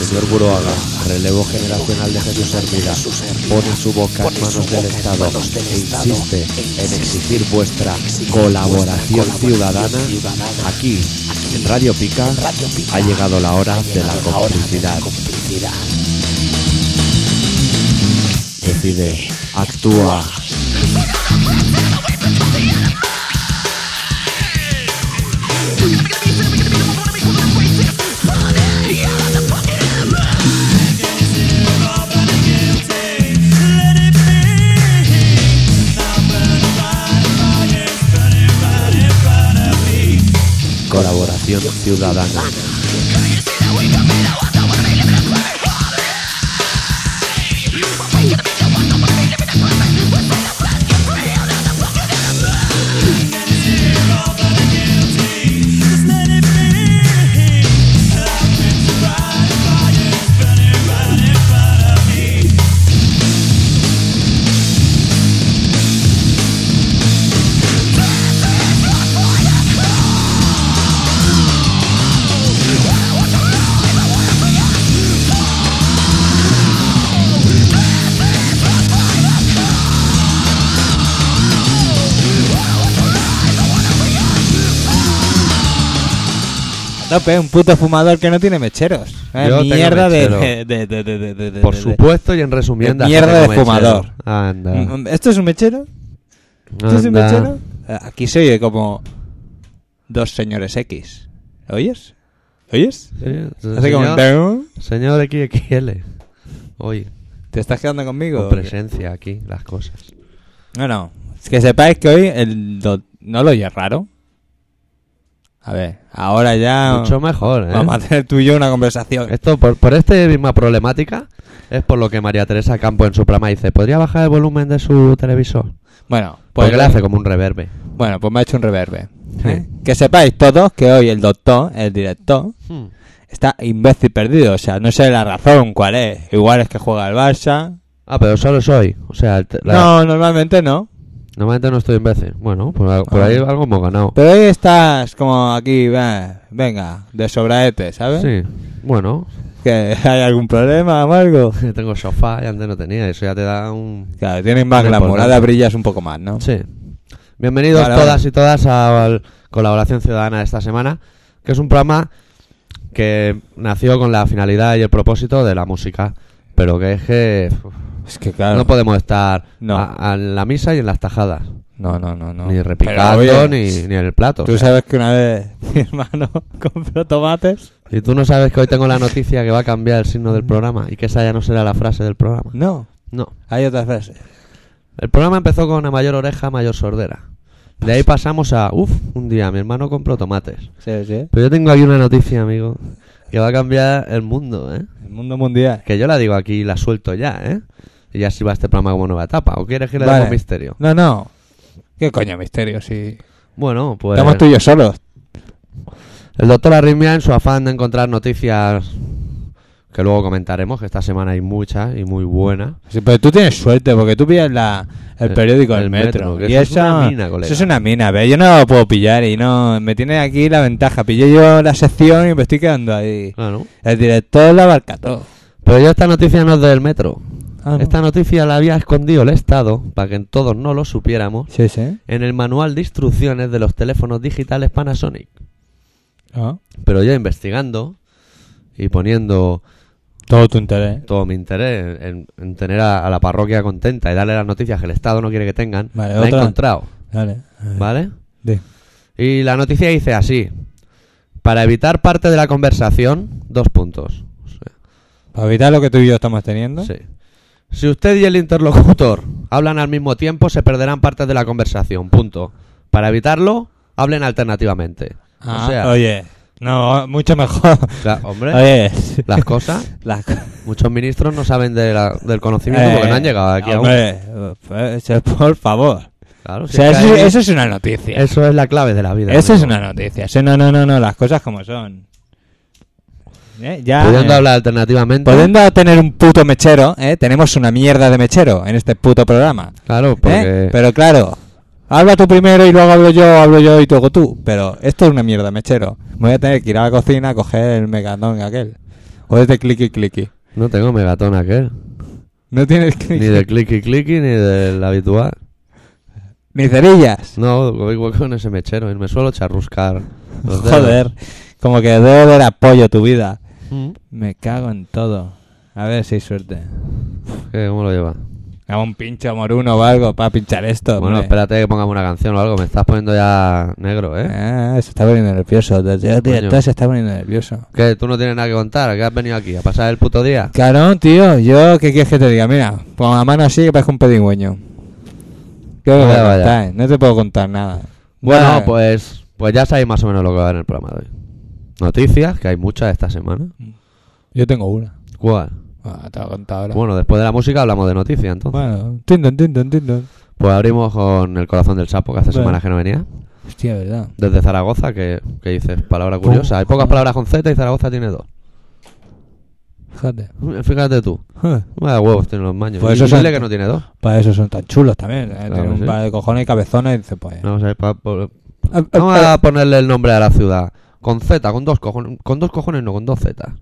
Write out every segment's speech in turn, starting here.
Señor Buruaga, relevo generacional de Jesús Hermida, pone su boca en manos del Estado e insiste en exigir vuestra colaboración ciudadana. Aquí, en Radio Pica, ha llegado la hora de la complicidad. Decide, actúa. Colaboración ciudadana. Tope, pues, un puto fumador que no tiene mecheros. Eh, Yo tengo mierda de, mechero. de, de- de- de- de- de- de- Por de- supuesto y en resumiendas. Mierda que de tengo fumador. mechero. Anda. Mm, ¿Esto es un mechero? ¿Esto es un anda. mechero? Eh, Aquí se oye como dos señores X. ¿Oyes? ¿Oyes? Eh, Hace como un señor, tum. señor XXL. Oye, ¿Te estás quedando conmigo? con o qué? presencia aquí, las cosas. No, no. Es que sepáis que hoy el do- no lo oye raro. A ver, ahora ya Mucho mejor, ¿eh? vamos a tener tú y yo una conversación. Esto, por, por esta misma problemática, es por lo que María Teresa Campo en su programa dice, ¿podría bajar el volumen de su televisor? Bueno, pues Porque le hace como un reverbe. Bueno, pues me ha hecho un reverbe. Sí. ¿eh? Que sepáis todos que hoy el doctor, el director, está imbécil perdido. O sea, no sé la razón cuál es. Igual es que juega al Barça. Ah, pero solo es hoy. O sea, el te- la- No, normalmente no. normalmente no estoy imbécil. Bueno, por, a- por Ah. ahí algo hemos ganado. Pero hoy estás como aquí, va, venga, de sobraete, ¿sabes? Sí, bueno. Que hay algún problema o algo. Tengo sofá y antes no tenía. Eso ya te da un... Claro, tienes más No glamour. importa. Ahora brillas un poco más, ¿no? Sí. Bienvenidos Vale, todas vale. y todas a la Colaboración Ciudadana de esta semana, que es un programa que nació con la finalidad y el propósito de la música, pero que es que uf, Es que claro. no podemos estar No. a- a- en la misa y en las tajadas, No, no, no, no. ni Pero, repicando oye, ni, ni en el plato. Tú o sea. sabes que una vez mi hermano compró tomates. Y tú no sabes que hoy tengo la noticia que va a cambiar el signo del programa y que esa ya no será la frase del programa. No, No. hay otras frases. El programa empezó con a mayor oreja, mayor sordera. De ahí pasamos a, uff, un día mi hermano compró tomates. Sí, sí. Pero yo tengo aquí una noticia, amigo, que va a cambiar el mundo, ¿eh? El mundo mundial. Que yo la digo aquí y la suelto ya, ¿eh? Y así va este programa como nueva etapa. ¿O quieres que le Vale. demos misterio? No, no. ¿Qué coño misterio? Si Bueno, pues... estamos tú y yo solos. El doctor Arritmia, en su afán de encontrar noticias que luego comentaremos, que esta semana hay muchas y muy buenas. Sí, pero tú tienes suerte porque tú pillas la, el El- periódico del el metro. metro, que y eso es eso- una mina, colega. Eso es una mina, ve. Yo no lo puedo pillar y no. Me tiene aquí la ventaja. Pillé yo la sección y me estoy quedando ahí. Claro. El director la abarca todo. Pero yo esta noticia no es del metro. Ah, no. Esta noticia la había escondido el Estado, para que todos no lo supiéramos, Sí, sí. en el manual de instrucciones de los teléfonos digitales Panasonic. Ah. Pero yo investigando y poniendo Todo tu interés. todo mi interés en, en tener a, a la parroquia contenta y darle las noticias que el Estado no quiere que tengan, Vale, la he otra. encontrado, Vale. ¿vale? Di. Y la noticia dice así. Para evitar parte de la conversación, dos puntos. Para evitar lo que tú y yo estamos teniendo. Sí. Si usted y el interlocutor hablan al mismo tiempo, se perderán partes de la conversación, punto. Para evitarlo, hablen alternativamente. Ah, o sea, oye. No, mucho mejor. la- hombre, Oye. las cosas, Las cosas. muchos ministros no saben de la- del conocimiento porque no han llegado aquí aún. Eh, hombre, pues, eh, por favor. Claro, O si sea, Pues es que eso, hay- eso es una noticia. Eso, Eso es la clave de la vida. es amigo. una noticia. Eso no, no, no, no, las cosas como son. Eh, Ya, Pudiendo eh, hablar alternativamente. pudiendo tener un puto mechero, eh, tenemos una mierda de mechero en este puto programa. Claro, porque. eh, Pero claro, habla tú primero y luego hablo yo, hablo yo y luego tú. Pero esto es una mierda de mechero. Me Voy a tener que ir a la cocina a coger el megadón aquel. ¿O es de clicky clicky? No tengo megatón aquel. No tienes Ni clicky. de clicky clicky, ni del habitual. Ni cerillas. No, voy voy con ese mechero. y Me suelo charruscar. los dedos. Joder. Como que debe de dar apoyo tu vida. Mm, Me cago en todo. A ver si hay suerte. ¿qué? ¿Cómo lo lleva? Hago un pincho moruno o algo para pinchar esto. Bueno, hombre. espérate que pongamos una canción o algo. Me estás poniendo ya negro, ¿eh? Ah, se está poniendo nervioso. Desde el Coño. director se está poniendo nervioso. Que tú no tienes nada que contar. ¿Qué has venido aquí? ¿A pasar el puto día? Carón, tío, yo, ¿qué quieres que te diga? Mira, con la mano así que parezco un pedigüeño. ¿Qué me Vaya, voy a vaya. contar? No te puedo contar nada. Bueno, Nada. pues, pues ya sabéis más o menos lo que va a haber en el programa de hoy. Noticias, que hay muchas esta semana. Yo tengo una. ¿Cuál? Ah, te lo he contado ahora. Bueno, después de la música hablamos de noticias, entonces. Bueno, tindon, tindon, tindon. Pues abrimos con El corazón del sapo, que hace Bueno. semanas que no venía. Hostia, ¿verdad? Desde Zaragoza, que, que dices, palabra curiosa. Hay pocas palabras con Z y Zaragoza tiene dos. Fíjate. Fíjate tú. Ah, Vaya huevos tienen los maños. Pues y eso Chile son- que no tiene dos. Para eso son tan chulos también. ¿eh? Tienen que un sí. par de cojones y cabezones y dice, pues. Vamos a, ir pa- por- Ah, ah, vamos ah, a ponerle el nombre a la ciudad. Con Z, con dos cojones. Con dos cojones, no, con dos Z.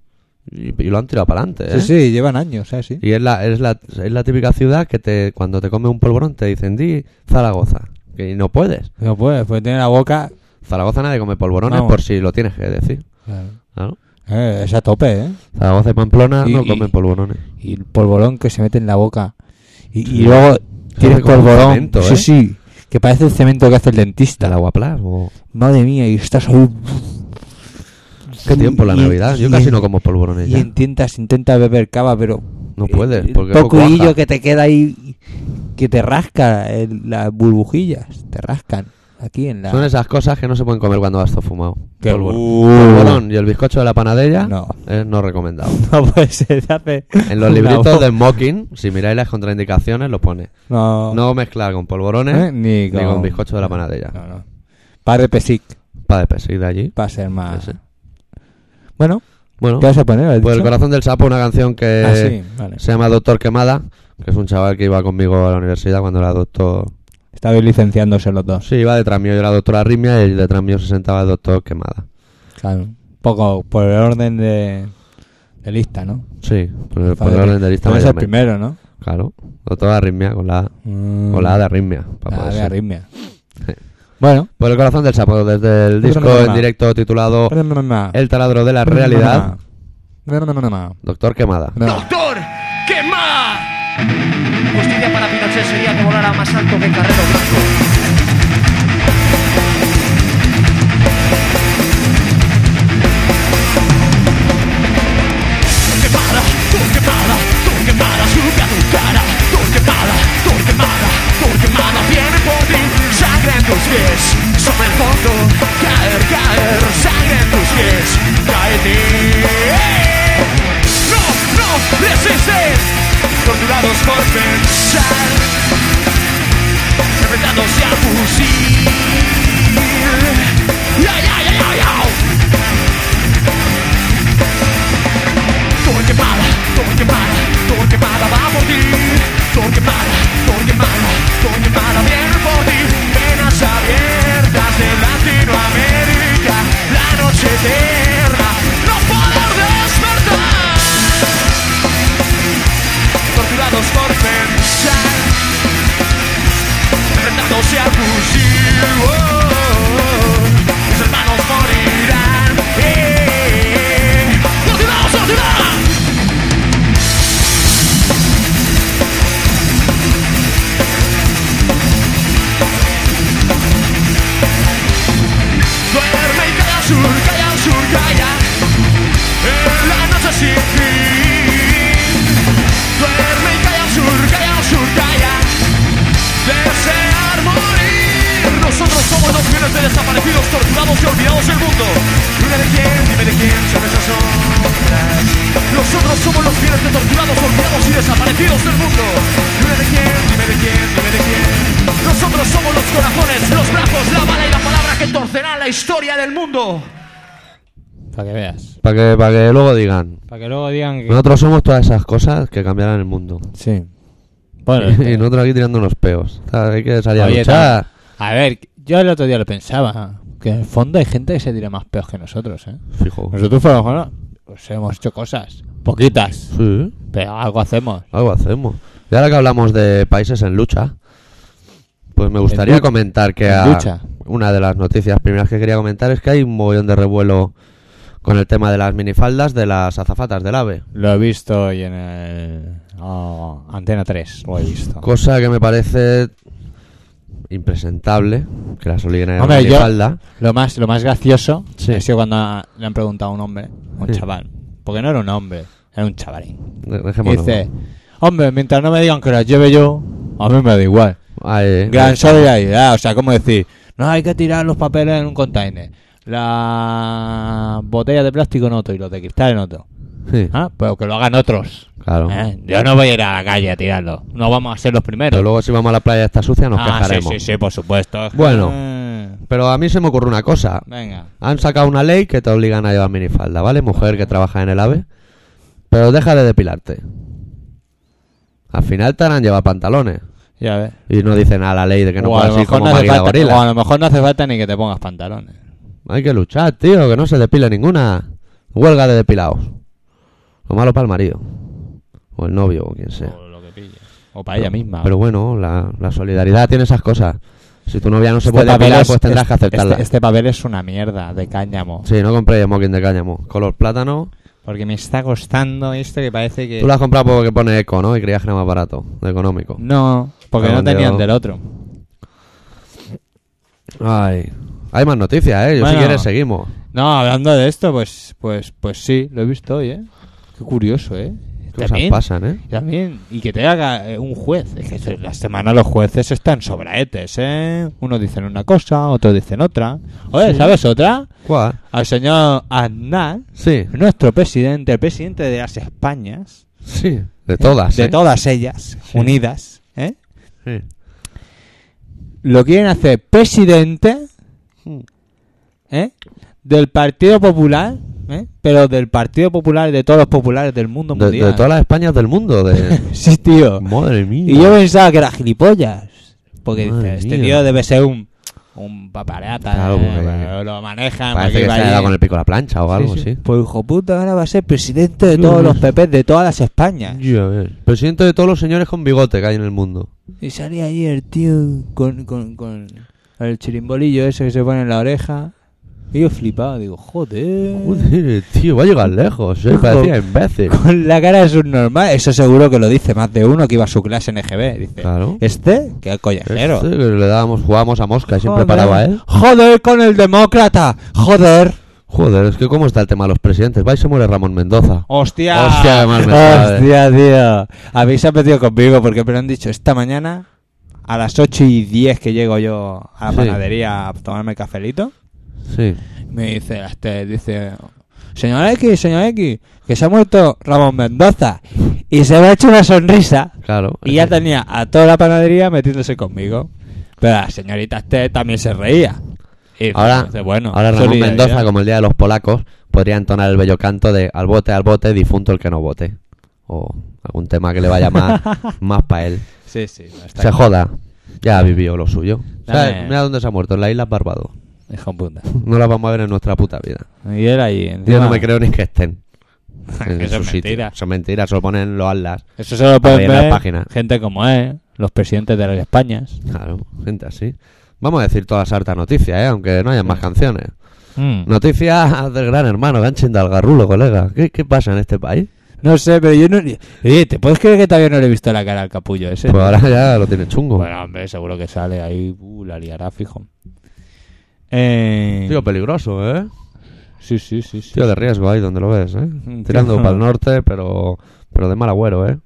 Y, y lo han tirado para adelante, ¿eh? Sí, sí, llevan años, ¿eh? Sí. Y es la, es, la, es la típica ciudad que te cuando te come un polvorón te dicen, di Zaragoza. Y no puedes. No puedes, pues tiene la boca. Zaragoza nadie come polvorones Vamos. por si lo tienes que decir. Claro. Eh, es a tope, ¿eh? Zaragoza y Pamplona Y- no y- comen polvorones. y el polvorón que se mete en la boca. Y, y Sí. luego tiene como polvorón. cemento, sí, ¿eh? sí. Que parece el cemento que hace el dentista. ¿Del aguaplas? o- Madre mía, y estás ahí. Qué Y- tiempo la y- Navidad. Yo y- casi no como polvorones Y eh, ya. intentas, intentas beber cava, pero. No puedes, el porque no tocuillo cuaja. que te queda ahí. Que te rasca el- las burbujillas. Te rascan. Aquí en la. Son esas cosas que no se pueden comer cuando vas todo fumado. Que- Polvorón. Uh. Polvorón y el bizcocho de la panadella No. es no recomendado. No puede ser, te hace En los una libritos voz. de Mocking, si miráis las contraindicaciones, lo pone. No, No mezclar con polvorones Oh. ¿Eh? Ni ni con con- bizcocho de la panadella. no, no. Padre Pesic, Para de allí. para ser más. Ese. Bueno, Bueno, ¿qué vas a poner? ¿Has Pues el dicho? corazón del sapo, una canción que Ah, sí, vale. se llama Doctor Quemada, que es un chaval que iba conmigo a la universidad cuando era doctor. Estabais licenciándose los dos. Sí, iba detrás mío, yo era doctor Arritmia y detrás mío se sentaba el doctor Quemada. Claro. Un poco por el orden de, de lista, ¿no? Sí, por el, por Padre, el orden de lista. Tú eres el mayormente. primero, ¿no? Claro, doctor Arritmia con la, con la A de Arritmia. para Ah, Mm. poder de ser. arritmia. Sí. Bueno. Por el corazón del sapo, desde el Otro disco nombre en más. directo titulado El taladro de la realidad, doctor Quemada. ¡Doctor! ¡Quema! Justicia para Pinochet sería que volara más alto que el carrero blanco. Torquemada, Torquemada, Torquemada, sube a tu cara. Torquemada, Torquemada, Torquemada viene por ti. Sangre en tus pies, sobre el fondo. Caer, caer, sangre en tus pies. Caete. No, no, resiste. Torturados por pensar. Enfrentados y a fusil. Ya, ya, ya, ya, ya. Todo quemada, todo quemada, todo quemada va por ti. Todo quemada, todo quemada, todo quemada viene por ti. Venas abiertas de Latinoamérica, la noche eterna, no poder despertar. Torturados por pensar, enfrentándose al fusil. oh, oh, oh. Mis hermanos morirán. eh. ¡Torturados, torturados! Duerme y calla, sur, calla, sur, calla En la noche sin fin Duerme y calla, sur, calla, sur, calla Desear morir Nosotros somos dos millones de desaparecidos Torturados y olvidados del mundo Dime de quién, dime de quién son esas sombras Nosotros somos los millones de torturados Olvidados y desaparecidos del mundo Dime de quién, dime de quién, dime de quién Nosotros somos los corazones, los brazos, la bala y la palabra Que torcerá la historia del mundo Para que veas. Para que, para que luego digan, Para que luego digan que. nosotros somos todas esas cosas que cambiarán el mundo. Sí. Bueno. Y nosotros aquí tirando unos peos. O sea, Hay que salir a Oye, luchar. A ver, yo el otro día lo pensaba. Que en el fondo hay gente que se tira más peos que nosotros, ¿eh? Fijo. Nosotros fuimos, bueno, pues hemos hecho cosas. Poquitas. Sí, Pero algo hacemos. algo hacemos. Y ahora que hablamos de países en lucha, pues me gustaría lu- comentar que en a- lucha. una de las noticias primeras que quería comentar es que hay un mogollón de revuelo con el tema de las minifaldas de las azafatas del AVE. Lo he visto hoy en el. oh, Antena 3, lo he visto. Cosa que me parece impresentable que las obliguen a ir a Hombre, yo- minifalda. Lo más, lo más gracioso Sí. ha sido cuando ha- le han preguntado a un hombre, a un Sí. chaval, porque no era un hombre, era un chavalín. De- Y Dejémoslo. dice, hombre, mientras no me digan que las lleve yo, a mí me da igual. Ay, Gran solidaridad, o sea, como decir, no hay que tirar los papeles en un container, las botellas de plástico en otro y los de cristal en otro. sí, Ah, Pero que lo hagan otros. claro. ¿eh? Yo no voy a ir a la calle a tirarlo, no vamos a ser los primeros. Pero luego si vamos a la playa está sucia nos ah, sí, quejaremos. sí, sí, por supuesto. Es que- Bueno. Eh, Pero a mí se me ocurre una cosa. Venga. Han sacado una ley que te obligan a llevar minifalda, ¿vale? Mujer que trabaja en el AVE. Pero deja de depilarte. Al final te harán llevar pantalones. Ya ves. Y no dicen a la ley de que no o, a puedas lo ir mejor como no hace María falta, o a Gorila. lo mejor no hace falta ni que te pongas pantalones. Hay que luchar, tío, que no se depile ninguna. Huelga de depilados. Lo malo para el marido. O el novio, o quien sea. O lo que pille. O para ella misma. Este Pero bueno, la, la solidaridad tiene esas cosas. Si tu novia no se Este puede papel depilar, es- pues tendrás que este- aceptarla. Este, este papel es una mierda de cáñamo. Sí, no compré smoking de cáñamo. Color plátano. Porque me está costando esto que parece que. Tú lo has comprado porque pone eco, ¿no? Y creías que era más barato, económico. No, porque Ah, no donde tenían yo- del otro. Ay. Hay más noticias, ¿eh? Yo si Bueno. quieres seguimos. No, hablando de esto, pues, pues, pues sí, lo he visto hoy, ¿eh? Qué curioso, ¿eh? Cosas pasan, ¿eh? También, y que te haga eh, un juez. Es que se- la semana los jueces están sobraetes, ¿eh? Unos dicen una cosa, otros dicen otra. Oye, ¿sabes otra? ¿Cuál? Al señor Aznar, Sí. nuestro presidente, el presidente de las Españas, Sí. De todas, de ¿eh? todas ellas, unidas, ¿eh? Sí. lo quieren hacer presidente Hmm. ¿eh? del Partido Popular, ¿eh? pero del Partido Popular y de todos los populares del mundo De, mundial. de todas las Españas del mundo. De... Sí, tío. Madre mía. Y yo pensaba que era gilipollas. Porque Madre dice, este mía. tío debe ser un, un papareata. Claro, ¿eh? porque- Lo manejan. Parece aquí, que se va ha dado allí. con el pico a la plancha o algo, sí. Pues hijo puta, ahora va a ser presidente de todos los PPs de todas las Españas. Yo, a ver. Presidente de todos los señores con bigote que hay en el mundo. Y salía allí el tío con, con, con el chirimbolillo ese que se pone en la oreja. Y yo flipaba, digo, joder. Joder, tío, va a llegar lejos, ¿eh? Hijo. Parecía imbécil. Con la cara de subnormal, eso seguro que lo dice más de uno que iba a su clase en EGB. Dice, Claro. este, que collejero. Este ¿eh? que le dábamos, jugábamos a mosca y siempre Joder. paraba él. Joder con el demócrata, joder. Joder, es que cómo está el tema de los presidentes. Va y se muere Ramón Mendoza. Oh. Hostia, Hostia, además me sabe. Hostia, tío. Habéis apetido conmigo porque me lo han dicho esta mañana a las 8 y 10 que llego yo a la Sí. panadería a tomarme el cafelito. Sí. Me dice, este, dice, señor X, señor X, que se ha muerto Ramón Mendoza. Y se me ha hecho una sonrisa. Claro. Y ya tenía a toda la panadería metiéndose conmigo. Pero la señorita este también se reía. Y Ahora, dice, bueno, ¿eh? ahora Ramón solidaridad. Mendoza, como el día de los polacos, podría entonar el bello canto de al bote, al bote, difunto el que no vote. O algún tema que le vaya más, más para él. Sí, sí, no, está Se aquí. joda. Ya vivió lo suyo. Dame. ¿Sabes? Mira dónde se ha muerto, en la isla Barbado. Hijo de puta. No la vamos a ver en nuestra puta vida. Y él ahí. Yo encima. no me creo ni que estén. en Eso su es sitio. mentira. Eso es mentira, eso lo ponen en los atlas. Eso solo pueden Ahí en la ver página. gente como él, los presidentes de las Españas. Claro, gente así. Vamos a decir todas las hartas noticias, ¿eh? aunque no hayan más canciones. Mm. Noticias del gran hermano, ganchen de algarrulo, colega. ¿Qué, qué pasa en este país? No sé, pero yo no. Oye, ¿te puedes creer que todavía no le he visto la cara al capullo ese? Pues ahora ya lo tiene chungo. Bueno, hombre, seguro que sale ahí. Uh, la liará, fijo. Eh... Tío peligroso, ¿eh? sí, sí, sí. sí. Tío de riesgo ahí donde lo ves, ¿eh? tío. Tirando para el norte, pero, pero de mal agüero, ¿eh?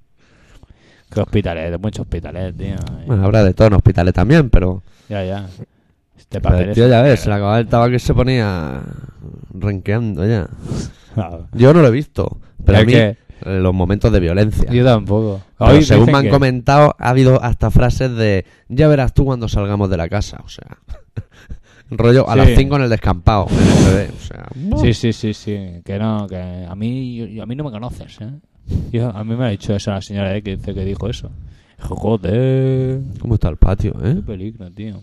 Qué hospitales, de muchos hospitales, tío. Ay, Bueno, habrá de todo en hospitales también, pero... Ya, ya. Este pero papel el es tío, una ya ves, se le mierda. acababa el tabaco y se ponía renqueando ya. Claro. Yo no lo he visto, pero a Es mí que- eh, los momentos de violencia. Yo tampoco. Pero Hoy según dicen me han que- comentado, ha habido hasta frases de ya verás tú cuando salgamos de la casa. O sea, rollo a Sí. las 5 en el descampado. en el bebé, o sea, Sí, sí, sí, sí. Que no, que a mí, yo- yo- a mí no me conoces, ¿eh? Yo- a mí me ha dicho eso la señora eh, que dice que dijo eso. Dijo, Joder, ¿Cómo está el patio, eh? qué peligro, tío.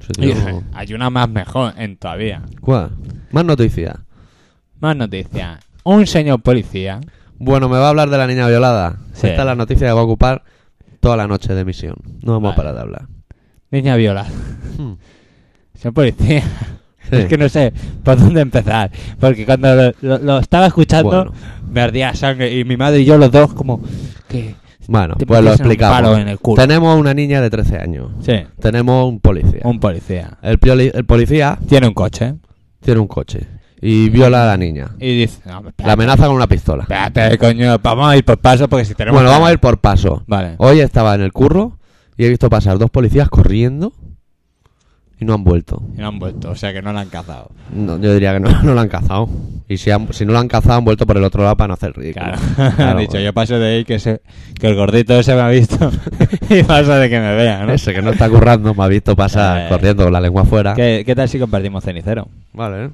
Ese Y tío- dije, hay una más mejor en todavía. ¿Cuál? Más noticias. Más noticias. un señor policía. Bueno, me va a hablar de la niña violada. Sí. Esta es la noticia que va a ocupar toda la noche de emisión. No Vale. vamos a parar de hablar. Niña viola. Hmm. Señor policía. Sí. Es que no sé por dónde empezar. Porque cuando lo, lo- lo estaba escuchando, Bueno. me ardía sangre. Y mi madre y yo, los dos, como que. Bueno, te pues lo metías en un palo explicamos. en el culo. Tenemos una niña de 13 años. Sí, Tenemos un policía. un policía. El, pioli- el policía Tiene un coche. tiene un coche y viola a la niña. Y dice: no, espérate, La amenaza con una pistola. espérate, coño, vamos a ir por paso porque si tenemos. Bueno, vamos a ir Oh. por paso. Vale. Hoy estaba en el curro y he visto pasar dos policías corriendo y no han vuelto. Y no han vuelto, o sea que no la han cazado. No, yo diría que no, no lo han cazado. Y si, han- si no lo han cazado, han vuelto por el otro lado para no hacer ridículo. Claro, Claro, pues, han dicho, bueno. yo paso de ahí que, se, que el gordito ese me ha visto y paso de que me vea, ¿no? Ese que no está currando me ha visto pasar Eh. corriendo con la lengua afuera. ¿Qué, qué tal si compartimos cenicero? Vale. ¿eh?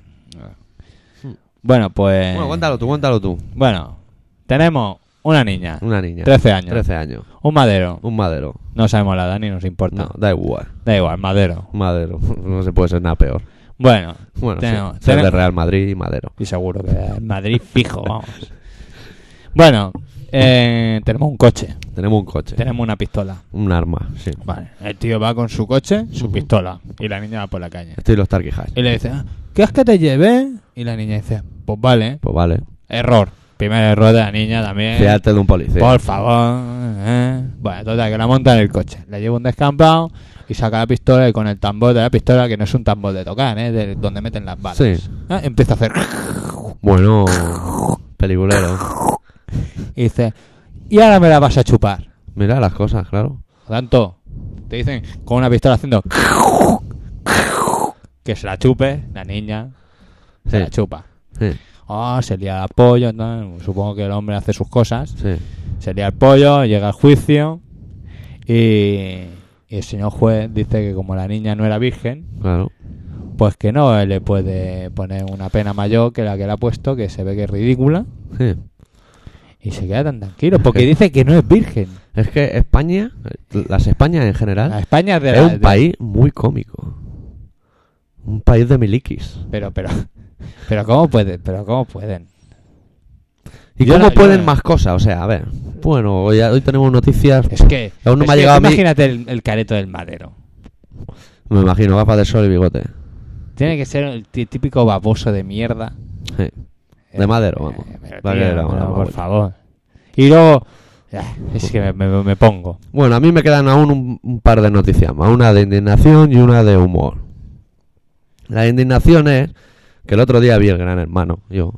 Bueno, pues... Bueno, cuéntalo tú, cuéntalo tú. Bueno, tenemos una niña, Una niña. 13 años, 13 años. un madero, Un madero. no sabemos la edad ni nos importa, No, da igual. da igual, madero. Madero. No se puede ser nada peor. Bueno, Bueno, Tenemos- sí, ser de tenemos- Real Madrid y Madero. y seguro que en Madrid fijo, vamos. Bueno, eh, tenemos un coche, Tenemos un coche. tenemos Eh. una pistola. Un arma, sí. Vale, el tío va con su coche, su pistola, y la niña va por la calle. Estoy los Tarky High. Y le dice, "Ah, ¿quieres que te lleve? Y la niña dice, pues vale. Pues vale. Error. Primer error de la niña también. Fíjate de un policía. Por favor. eh. Bueno, total, que la monta en el coche. La lleva un descampado y saca la pistola y con el tambor de la pistola, que no es un tambor de tocar, ¿eh? De donde meten las balas. Sí. Ah, Empieza a hacer... Bueno. Peliculero. Y dice, y ahora me la vas a chupar. Mira las cosas, claro. Por tanto, te dicen con una pistola haciendo... Que se la chupe, la niña se Sí. la chupa. Sí, Ah, se lía el pollo, tal. supongo que el hombre hace sus cosas. sí. Se lía el pollo, llega al juicio y, y el señor juez dice que como la niña no era virgen, Claro. pues que no le puede poner una pena mayor que la que le ha puesto, que se ve que es ridícula Sí. y se queda tan tranquilo porque dice que no es virgen. Es que España, las Españas en La general, España es de ¿Ah? es la- un de- país muy cómico. Un país de milikis. Pero, pero, pero cómo pueden, pero cómo pueden. ¿Y Yo cómo no- yo pueden no- más cosas? O sea, a ver. Bueno, hoy, hoy tenemos noticias. Es que Aún no es me ha que llegado a mí. Imagínate el, el careto del madero. Me imagino, gafas de sol y bigote. Tiene que ser el tí- típico baboso de mierda. Sí. De madero, vamos. pero, Vale, Eh, tío, la- la- no, la por vuelta. favor. Y luego. ah, Es que me, me- me pongo. Bueno, a mí me quedan aún un, un par de noticias más, una de indignación y una de humor. La indignación es que el otro día vi el Gran Hermano, yo,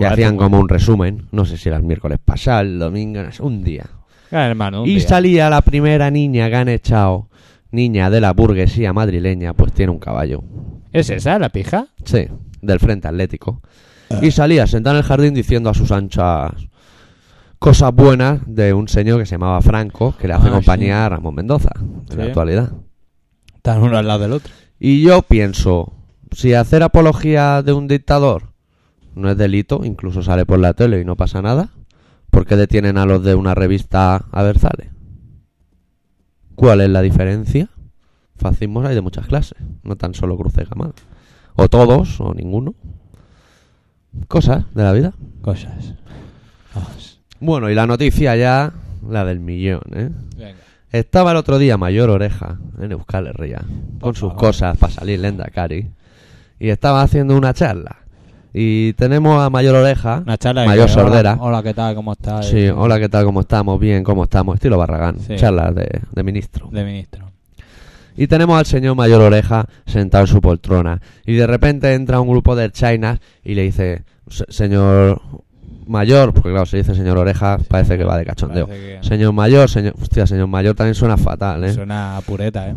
y hacían como un resumen, no sé si era el miércoles pasado, el domingo, no sé, un día. Claro, hermano. un y día. salía la primera niña que han echado, niña de la burguesía madrileña, pues tiene un caballo, ¿Es esa la pija? sí, del frente atlético. Y salía sentada en el jardín diciendo a sus anchas cosas buenas de un señor que se llamaba Franco, que le hace Ah, compañía sí. a Ramón Mendoza, en la Sí. actualidad. Están uno al lado del otro. Y yo pienso, si hacer apología de un dictador no es delito, incluso sale por la tele y no pasa nada, ¿por qué detienen a los de una revista a ver sale? ¿Cuál es la diferencia? Fascismos hay de muchas clases, no tan solo cruce gamada. O todos, o ninguno. Cosas de la vida. Cosas. Vamos. Bueno, y la noticia ya, la del millón, ¿eh? Venga. Estaba el otro día Mayor Oreja en Euskal Herria con Por sus favor. cosas para salir Lenda Cari y estaba haciendo una charla. Y tenemos a Mayor Oreja, Una charla de Mayor que, Sordera. Hola, hola, ¿qué tal? ¿Cómo estás? Sí, hola, ¿qué tal? ¿Cómo estamos? Bien, ¿cómo estamos? Estilo Barragán, Sí. charla de, de ministro. De ministro. Y tenemos al señor Mayor Oreja sentado en su poltrona. Y de repente entra un grupo de chinas y le dice, "Se- señor Mayor, porque claro, si dice señor Oreja, parece que va de cachondeo. Parece que- Señor Mayor, señor... Hostia, señor Mayor también suena fatal, ¿eh? Suena a pureta, ¿eh?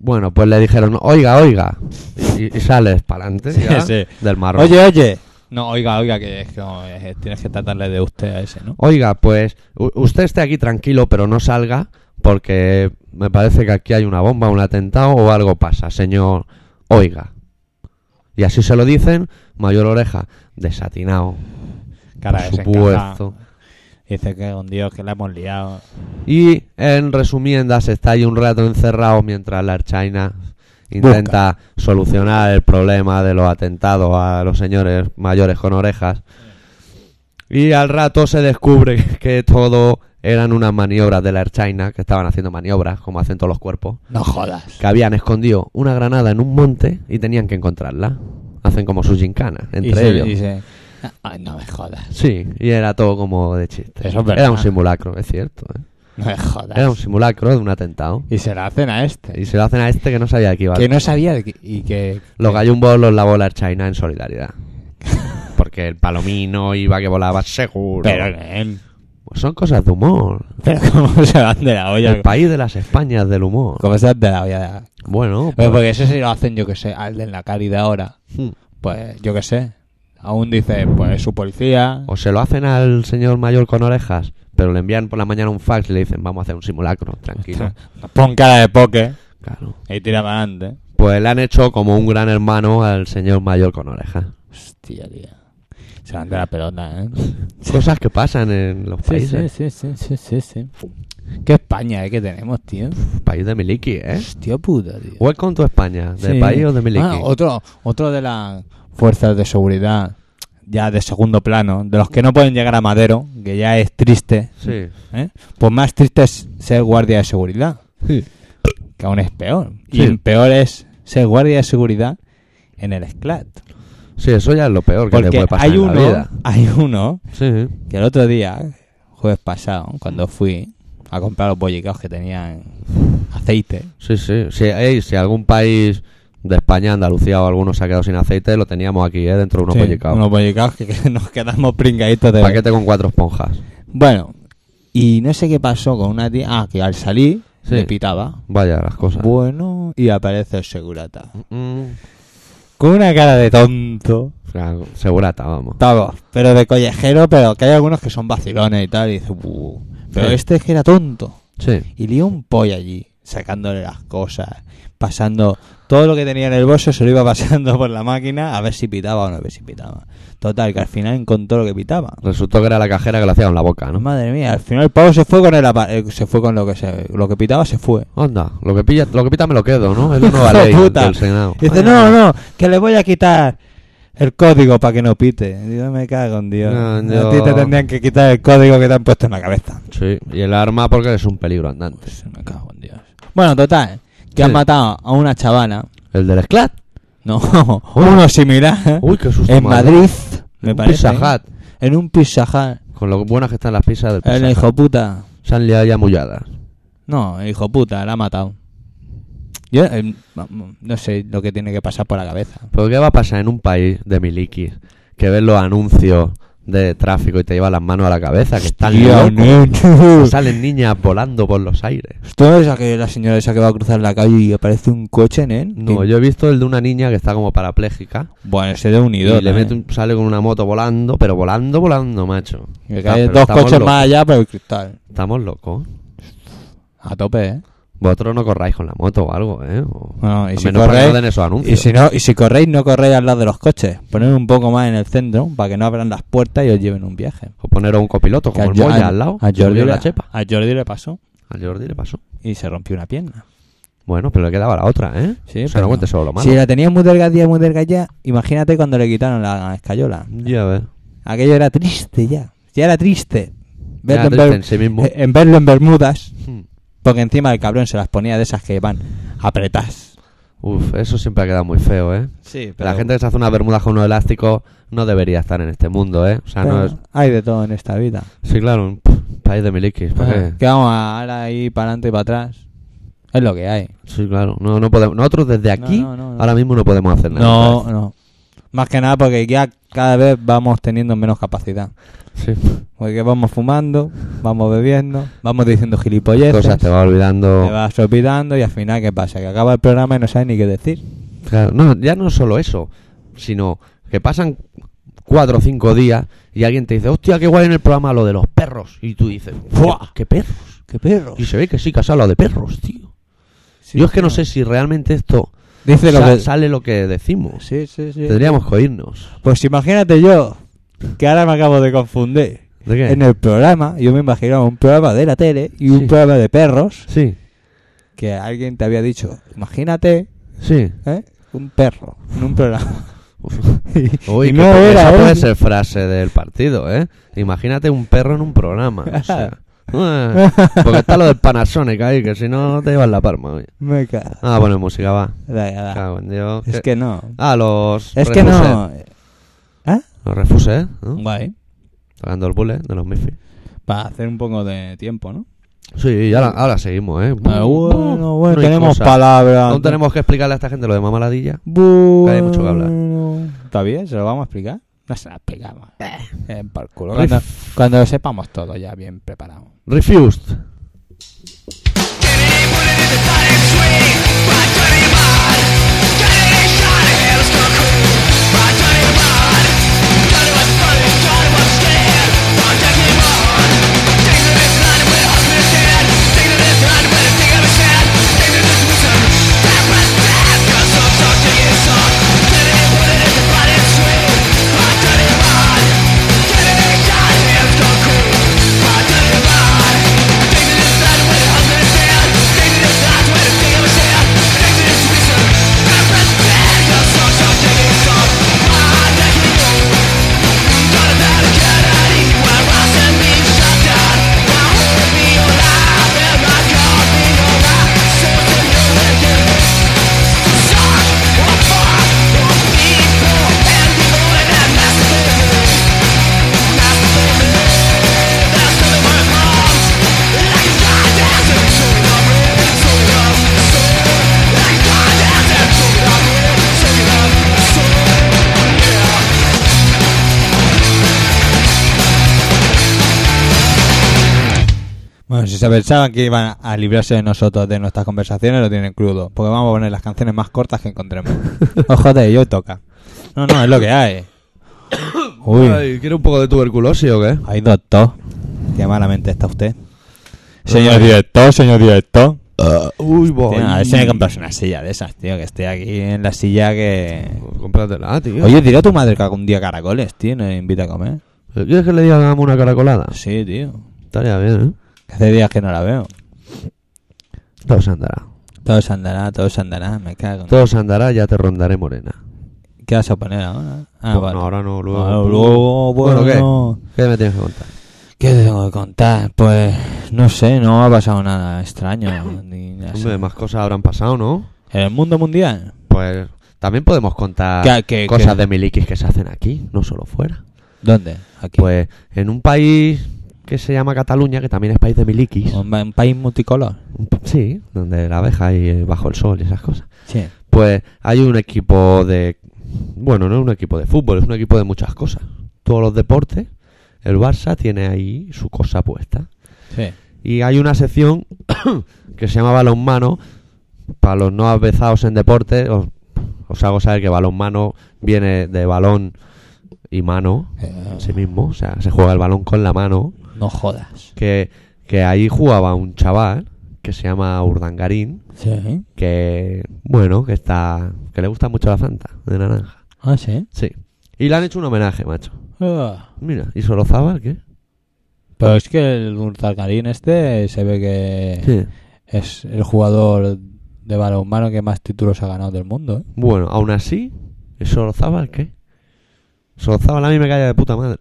Bueno, pues le dijeron, oiga, oiga. Y, y sales para adelante Sí, sí. del marrón. Oye, oye. No, oiga, oiga, que es como, eh, tienes que tratarle de usted a ese, ¿no? Oiga, pues u- usted esté aquí tranquilo, pero no salga porque me parece que aquí hay una bomba, un atentado o algo pasa, señor. Oiga. Y así se lo dicen, mayor oreja, desatinado, Cara de por supuesto. Dice que con Dios que la hemos liado. Y en resumiendas, está ahí un rato encerrado mientras la China intenta solucionar el problema de los atentados a los señores mayores con orejas. Y al rato se descubre que todo eran unas maniobras de la Air China, que estaban haciendo maniobras, como hacen todos los cuerpos, No jodas. que habían escondido una granada en un monte y tenían que encontrarla. Hacen como sus gincanas, entre Y se- ellos. y se- Ay, no me jodas. Sí, y era todo como de chiste. Eso es verdad. era un simulacro, es cierto. ¿eh? No me jodas. Era un simulacro de un atentado. y se la hacen a este. Y se lo hacen a este que no sabía que iba a Que no sabía de que- y que... Los gallumbos los lavó la China en solidaridad. Porque el palomino iba que volaba seguro. Pero, nen, Pues son cosas de humor. pero cómo se van de la El olla. país de las Españas del humor. Cómo se van de la olla. de la- Bueno, Pues pues- porque eso sí lo hacen, yo que sé, al de la cárida ahora. Hmm. Pues yo que sé. Aún dice, pues es su policía. o se lo hacen al señor mayor con orejas, pero le envían por la mañana un fax y le dicen, vamos a hacer un simulacro, tranquilo. Pon cara de poke Claro. y tira para adelante. Pues le han hecho como un gran hermano al señor mayor con orejas. Hostia, tío. Se van de la pelota, ¿eh? Cosas que pasan en los Sí, países. sí, sí, sí, sí, sí, sí. Qué España, ¿eh? Que tenemos, tío. País de Miliki, ¿eh? Hostia puta, tío. Welcome to España, de Sí. país o de Miliki. Ah, otro, otro de las fuerzas de seguridad, ya de segundo plano, de los que no pueden llegar a Madero, que ya es triste. Sí. ¿eh? Pues más triste es ser guardia de seguridad, que aún es peor. Sí. Y peor es ser guardia de seguridad en el SCLAT. Sí, eso ya es lo peor que te Porque puede pasar hay en la uno, vida. hay uno Sí. que el otro día, jueves pasado, cuando fui a comprar los bollicaos que tenían aceite, Sí, sí. Si, ey, si algún país de España, Andalucía o alguno se ha quedado sin aceite, lo teníamos aquí, ¿eh? dentro de unos sí, bollicaos. unos bollicaos que, que nos quedamos pringaditos de... Paquete con cuatro esponjas. Bueno, y no sé qué pasó con una tía. Ah, que al salir Sí. le pitaba. Vaya, las cosas. Bueno, y aparece el segurata. Mm, Con una cara de tonto. claro, segurata, vamos. Todos, pero de collejero, pero que hay algunos que son vacilones y tal. Y dice, "Uh". pero Sí. este es que era tonto. Sí. Y lió un pollo allí, sacándole las cosas, pasando todo lo que tenía en el bolso, se lo iba pasando por la máquina a ver si pitaba o no, a ver si pitaba. Total, que al final encontró lo que pitaba. Resultó que era la cajera que lo hacía con la boca, ¿no? Madre mía, al final el pavo se fue con el apa- eh, se fue con lo que se, lo que pitaba se fue. Onda, lo que, pilla, lo que pita me lo quedo, ¿no? Es la nueva Hijo de ley puta. del Senado. Y dice, Ay, no, no, que le voy a quitar el código para que no pite. Digo, me cago en Dios. No, A ti yo- te tendrían que quitar el código que te han puesto en la cabeza. Sí, y el arma porque es un peligro andante. Pues, me cago en Dios. Bueno, total, que Sí. han matado a una chavana, El del Sclat. no, uno similar, Uy, qué susto. en madre. Madrid, me Un parece. ¿eh? Pizza Hut. En un Pizza Hut. Con lo buenas que están las pizzas del El Pizza hijo Hut. puta. Se han liado ya mulladas. No, el hijo puta, la ha matado. Yo eh, no sé lo que tiene que pasar por la cabeza. Pero ¿qué va a pasar en un país de milikis que ves los anuncios de tráfico y te lleva las manos a la cabeza? Que están Tío, locos. nene. Salen niñas volando por los aires. ¿Tú ves a que la señora esa que va a cruzar la calle y aparece un coche, nen? No, Que- yo he visto el de una niña que está como parapléjica Bueno, ese de unido. y le mete un- sale con una moto volando, pero volando, volando, macho. Está- pero dos estamos coches locos. más allá por el cristal. Estamos locos. A tope, ¿eh? Vosotros no corráis con la moto o algo, ¿eh? O- Bueno, y a si menos para que corréis- no den esos anuncios. Y si, no, y si corréis, no corréis al lado de los coches. Poned un poco más en el centro para que no abran las puertas y os lleven un viaje. O poner a un copiloto Que como el Jo- Moya al lado. a que Jordi subió le, la chepa. a Jordi le pasó Al Jordi le pasó. y se rompió una pierna. Bueno, pero le quedaba la otra, ¿eh? Sí, o sea, pero- no cuentes solo lo malo. Si la tenía muy delgadilla, muy delgadilla, imagínate cuando le quitaron la escayola. Ya ves. Aquello era triste ya. Ya era triste. Verlo en triste Ber- en sí mismo. eh, en verlo en Bermudas. Hmm. Porque encima el cabrón se las ponía de esas que van apretás. Uf, eso siempre ha quedado muy feo, ¿eh? Sí, La gente que se hace una bermuda con unos elásticos no debería estar en este mundo, ¿eh? O sea, no es... Hay de todo en esta vida. Sí, claro, un pff, país de milikis. ¿para Ah, qué? Que vamos a- ahora ahí para adelante y para atrás. Es lo que hay. Sí, claro. No, no podemos... Nosotros desde No, aquí, no, no, no. ahora mismo no podemos hacer nada. No, no. Más que nada porque ya cada vez vamos teniendo menos capacidad. Sí. Porque vamos fumando, vamos bebiendo, vamos diciendo gilipolleces. Cosas te va olvidando. Te vas olvidando y al final, ¿qué pasa? Que acaba el programa y no sabes ni qué decir. Claro, no, ya no solo eso, sino que pasan cuatro o cinco días y alguien te dice, hostia, qué guay en el programa lo de los perros. Y tú dices, ¡buah! ¡Qué perros! ¡Qué perro! Y se ve que sí que has hablado de perros, tío. Yo es que no sé si realmente esto Dice lo sa- que... sale lo que decimos. Sí, sí, sí. Tendríamos que oírnos. Pues imagínate yo, que ahora me acabo de confundir. ¿De qué? En el programa, yo me imaginaba un programa de la tele y un Sí. programa de perros Sí, que alguien te había dicho, imagínate sí. ¿eh? un perro en un programa. Uy, Y que no era esa él. puede ser frase del partido, ¿eh? Imagínate un perro en un programa. o sea. Ué, Porque está lo del Panasonic ahí, que si no te llevas la palma. oye. Me cago. Ah, bueno, música va. Venga, va. Cago en Dios. Es ¿Qué? que no. Ah, los. Es que Refusé. no. ¿Ah? Los refusé, ¿no? Guay. Tocando el bullet de los Miffy. Para hacer un poco de tiempo, ¿no? Sí, ya la- ahora seguimos, ¿eh? Ah, Bueno, bueno, No hay tenemos cosa. palabras. Aún tenemos que explicarle a esta gente lo de mamaladilla. Bueno. que hay mucho que hablar. ¿Está bien? ¿Se lo vamos a explicar? No se lo explicamos. Eh, por culo. Riff. Cuando, cuando lo sepamos todo ya bien preparado. Refused. Bueno, si se pensaban que iban a librarse de nosotros de nuestras conversaciones, lo tienen crudo. Porque vamos a poner las canciones más cortas que encontremos. Oh, Ojo de ello, toca. No, no, es lo que hay. Uy, Ay, ¿quiere un poco de tuberculosis o qué? hay doctor. Qué malamente está usted. Señor director, señor director. Ah, uy, voy. Tío, a ver si me compras una silla de esas, tío. Que esté aquí en la silla que. Cómpratela, tío. Oye, diré a tu madre que algún día caracoles, tío. Nos invita a comer. ¿Quieres que le diga que hagamos una caracolada? Sí, tío. Estaría bien, ¿eh? Que Hace días que no la veo. Todo se andará. Todo se andará, todo se andará. Me cago. en- Todo se andará, ya te rondaré morena. ¿Qué vas a poner ahora? Ah, Pues vale. no, ahora no, luego. Ah, luego, bueno, ¿qué? ¿Qué me tienes que contar? ¿qué? te tengo que contar? Pues no sé, no ha pasado nada extraño. ni nada así. Hombre, más cosas habrán pasado, ¿no? ¿En el mundo mundial? Pues también podemos contar ¿Qué- qué- Ah, cosas qué? de milikis que se hacen aquí, no solo fuera. ¿Dónde? Aquí. Pues en un país que se llama Cataluña, que también es país de milikis. ¿Un, un país multicolor? Un pa- Sí, donde la abeja y eh, bajo el sol y esas cosas. Sí. Pues hay un equipo de... Bueno, no es un equipo de fútbol, es un equipo de muchas cosas. Todos los deportes, el Barça tiene ahí su cosa puesta. Sí. Y hay una sección que se llama balonmano. Para los no avezados en deporte, os, os hago saber que balonmano viene de balón y mano Eh, en sí mismo. O sea, se juega el balón con la mano. No jodas. Que, que ahí jugaba un chaval que se llama Urdangarín. Sí. Que, bueno, que está. que le gusta mucho la Fanta de naranja. Ah, sí. Sí. Y le han hecho un homenaje, macho. Ah. Mira, ¿y Sorozábal qué? Pero es que el Urtacarín este se ve que Sí. es el jugador de balonmano que más títulos ha ganado del mundo. ¿eh? Bueno, aún así, ¿el Sorozábal qué? Sorozábal a mí me cae de puta madre.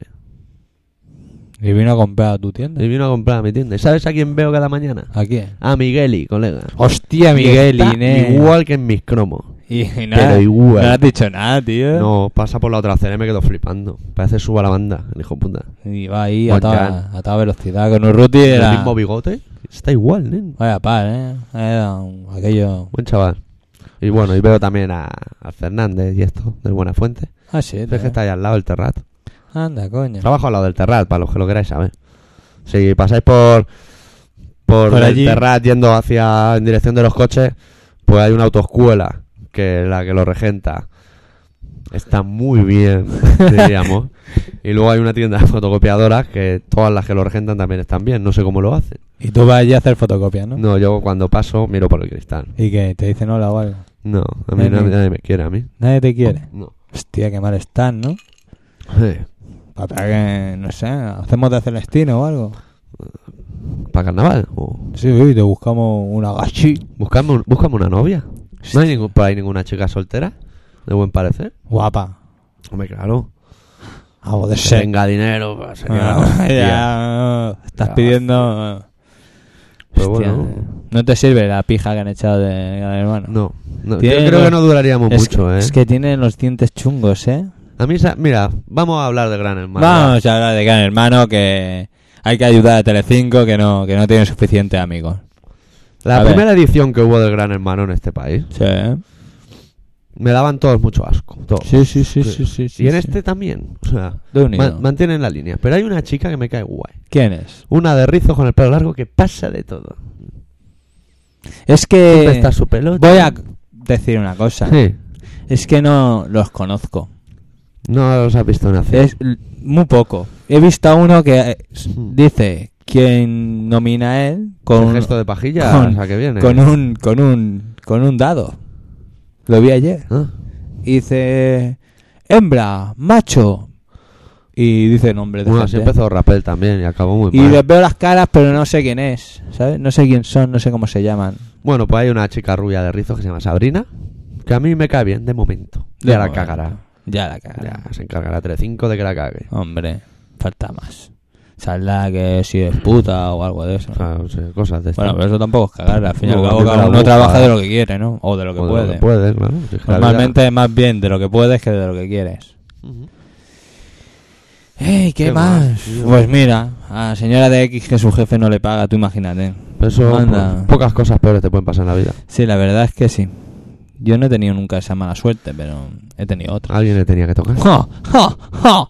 Y vino a comprar a tu tienda. Y vino a comprar a mi tienda. ¿Y sabes a quién veo cada mañana? ¿A quién? A Migueli, colega. Hostia, Miguel, Y está Inés. Igual que en mis cromos. Y nada, Pero igual. No has dicho nada, tío. No, pasa por la otra acera y me quedo flipando. Parece suba la banda, el hijo puta. Y va ahí a Buen toda, plan. a toda velocidad con Urruti. Era... El Pues mismo bigote. Está igual, nen. Vaya par, ¿eh? Era un- aquello... Buen chaval. Y bueno, y veo también a, a Fernández y esto, del Buenafuente. Este Ah, sí, Es que tío. está ahí al lado del Terrat. Anda, coño. Trabajo al lado del Terrat, para los que lo queráis saber. Si pasáis por por, Por el allí. Terrat yendo hacia en dirección de los coches, pues hay una autoescuela que es la que lo regenta. Está muy bien, diríamos. y luego hay una tienda de fotocopiadoras que todas las que lo regentan también están bien. No sé cómo lo hacen. Y tú vas allí a hacer fotocopias, ¿no? No, yo cuando paso miro por el cristal. Y que te dicen hola o algo. No, a mí Ay, nadie, mira. nadie me quiere, a mí. Nadie te quiere. No. Hostia, qué mal estás, ¿no? Para que, no sé, hacemos de Celestino o algo. ¿Para carnaval? O- Sí, y te buscamos una gachi. Buscadme un- búscame una novia. ¿No hay ningún- por ahí ninguna chica soltera? De buen parecer. Guapa. Hombre, claro. A de Que venga dinero, pues, sería la Ah, hostia. ya, no, estás Ya, pidiendo. ah. Pero Hostia, bueno, No te sirve la pija que han echado de, de hermano. no. no, Yo Tiene creo los- que no duraríamos es, mucho, que, ¿eh? es que tienen los dientes chungos, ¿eh? A mí, esa- mira, vamos a hablar de Gran Hermano. Vamos a hablar de Gran Hermano, que hay que ayudar a Telecinco, que no, que no tiene suficientes amigos. La a ver. primera edición que hubo del Gran Hermano en este país, Sí, ¿eh? me daban todos mucho asco. todos. sí, sí, sí, sí, sí, sí, y en sí. este también. O sea, De unido. ma- mantienen la línea. Pero hay una chica que me cae guay. ¿Quién es? Una de rizo con el pelo largo que pasa de todo. Es ¿Dónde que está su pelo? voy a decir una cosa. Sí. Es que no los conozco. No los has visto nacer. Es l- muy poco. He visto a uno que eh, s- Hmm. dice quién nomina a él con Un un, gesto de pajilla. con- o sea, que viene. con un con un con un dado. Lo vi ayer. Ah, Y dice hembra, macho y dice nombre de Bueno, gente. así empezó Rapel también y acabó muy y mal. les veo las caras, pero no sé quién es, ¿sabes? No sé quién son, no sé cómo se llaman. Bueno, pues hay una chica rubia de rizos que se llama Sabrina, que a mí me cae bien de momento. De ya la momento. cagará. Ya la cagará. Ya se encargará 3-5 de que la cague. Hombre, falta más. Saldrá que si es puta o algo de eso. O sea, o sea, cosas de Bueno, estas. pero eso tampoco es cagar, al fin y al No, cabo no, cada no, uno no, trabaja ojalá. de lo que quiere, ¿no? O de lo que O de puede. puede, claro. Si es que la vida- Normalmente es más bien de lo que puedes que de lo que quieres. Ujú. ¡Ey, qué, ¿Qué más! más, tío? pues mira, a la señora de X que su jefe no le paga, tú imagínate. Pero Eso, Anda. pues, pocas cosas peores te pueden pasar en la vida. Sí, la verdad es que sí. Yo no he tenido nunca esa mala suerte, pero he tenido otra. Alguien le tenía que tocar. ¡Ja, ja, ja!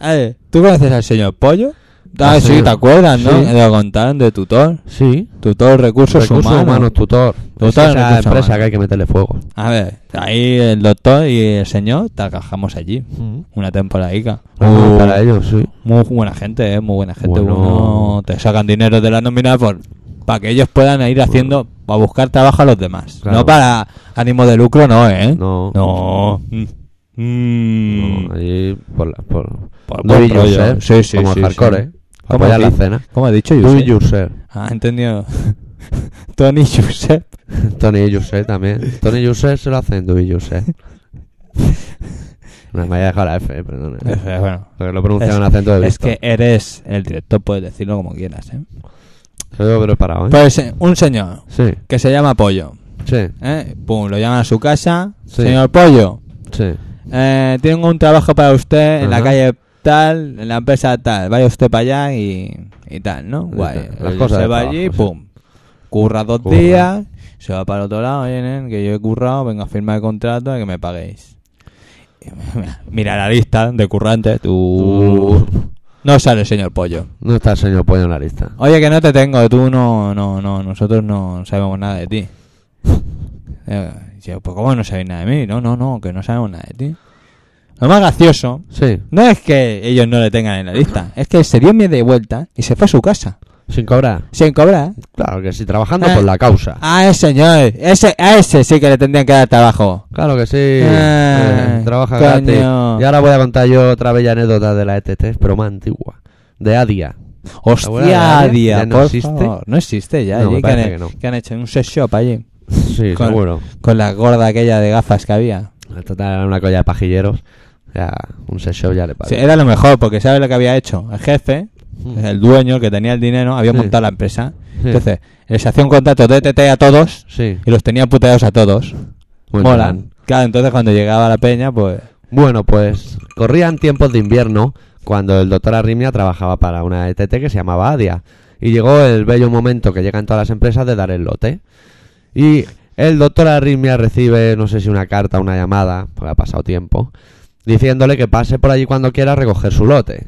Eh, ¿Tú conoces al señor Pollo? Ah, Ah, sí, sí. te acuerdas, ¿no? Sí. Lo contaron de tutor. Sí. Tutor recursos, Recursos humanos, tutor. Tutor, es esa recursos empresa humanos. que hay que meterle fuego. A ver, ahí el doctor y el señor trabajamos allí. Una temporadica. Ah, Uh, Para ellos, sí. muy buena gente, ¿eh? Muy buena gente. Bueno. Bueno, te sacan dinero de la nómina por para que ellos puedan ir haciendo, para buscar trabajo a los demás. Claro. No para ánimo de lucro, no, ¿eh? No. No. Mm. Mm. No, allí por la, por, Por do buen it rollo. yourself, Sí, sí, como sí, el hardcore, sí. ¿eh? ¿Cómo Apoyar di- la cena. ¿Cómo he dicho, Do it Josep? yourself. Ah, entendido. Tony Josep. Tony y José también. Tony y José se lo hacen Do y José. no me haya dejado la F, perdón. Eh, bueno. Porque lo pronuncian Es- en acento de Es visto. que eres el director, puedes decirlo como quieras, ¿eh? Se lo digo preparado, ¿eh? Pues eh, un señor Sí, que se llama Pollo, sí, ¿eh? Pum, lo llaman a su casa. Sí. Señor Pollo, sí. eh, tengo un trabajo para usted en la Ajá. calle tal, en la empresa tal. Vaya usted para allá y, y tal, ¿no? Y Guay. tal, las Él cosas se de va trabajo, allí, sí. pum. Curra dos Curra. días, se va para el otro lado, oye, nen, que yo he currado, venga a firmar el contrato y que me paguéis. Mira la lista de currantes. Tú... No sale, señor Pollo. No está el señor Pollo en la lista. Oye, que no te tengo, tú no, no, no, nosotros no sabemos nada de ti. Eh, yo, pues ¿cómo no sabéis nada de mí? No, no, no, que no sabemos nada de ti. Lo más gracioso Sí, no es que ellos no le tengan en la lista, es que se dio mi de vuelta y se fue a su casa, sin cobrar. sin cobrar. Claro que sí, trabajando Eh. por la causa. Ah, ese señor, ese, a ese sí que le tendrían que dar trabajo. Claro que sí. Eh, Eh, trabaja coño. gratis. Y ahora voy a contar yo otra bella anécdota de la ETT, pero más antigua. De Adia. abuela de Hostia, Adia, Adia, ya no por existe. favor. No existe ya, No, me allí, que, parece han, que no. que han hecho un sex shop allí, Sí, Con- seguro. con la gorda aquella de gafas que había. Total, era una colla de pajilleros. Ya, un set show ya le Sí, parece. era lo mejor, porque ¿sabes lo que había hecho? El jefe, Hmm. el dueño, el que tenía el dinero, había Sí. montado la empresa. Sí. Entonces, les hacía un contrato de TT a todos Sí. y los tenía puteados a todos. Muy Mola. bien. Claro, entonces cuando llegaba la peña, pues... Bueno, pues corrían tiempos de invierno cuando el doctor Arrimia trabajaba para una ETT que se llamaba Adia. Y llegó el bello momento que llegan todas las empresas de dar el lote. Y el doctor Arrimia recibe, no sé si una carta, una llamada, porque ha pasado tiempo, diciéndole que pase por allí cuando quiera a recoger su lote.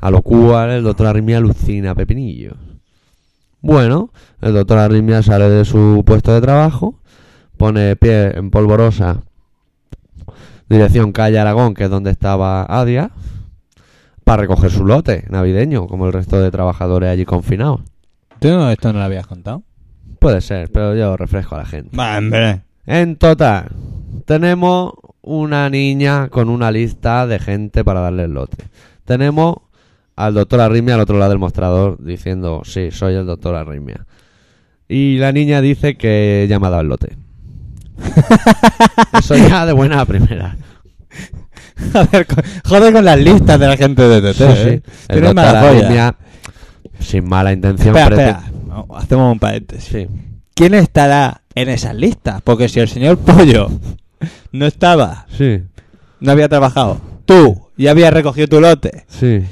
A lo cual el doctor Arrimia alucina a Pepinillo. Bueno, el doctor Arrimia sale de su puesto de trabajo, pone pie en polvorosa dirección calle Aragón, que es donde estaba Adia, para recoger su lote navideño, como el resto de trabajadores allí confinados. ¿Tú no, esto no lo habías contado? Puede ser, pero yo refresco a la gente. Va, hombre. En total, tenemos una niña con una lista de gente para darle el lote. Tenemos al doctor Arrimia al otro lado del mostrador diciendo, sí, soy el doctor Arrimia. Y la niña dice que ya me ha dado el lote. Eso ya de buena a primera. Joder con, joder con las listas de la gente de TT. ¿eh? El Tiene doctor mala polla. Arritmia, sin mala intención. Espera, prete- espera. No, Hacemos un paréntesis. Sí. ¿Quién estará en esas listas? Porque si el señor Pollo no estaba, Sí, no había trabajado, tú ya habías recogido tu lote, sí.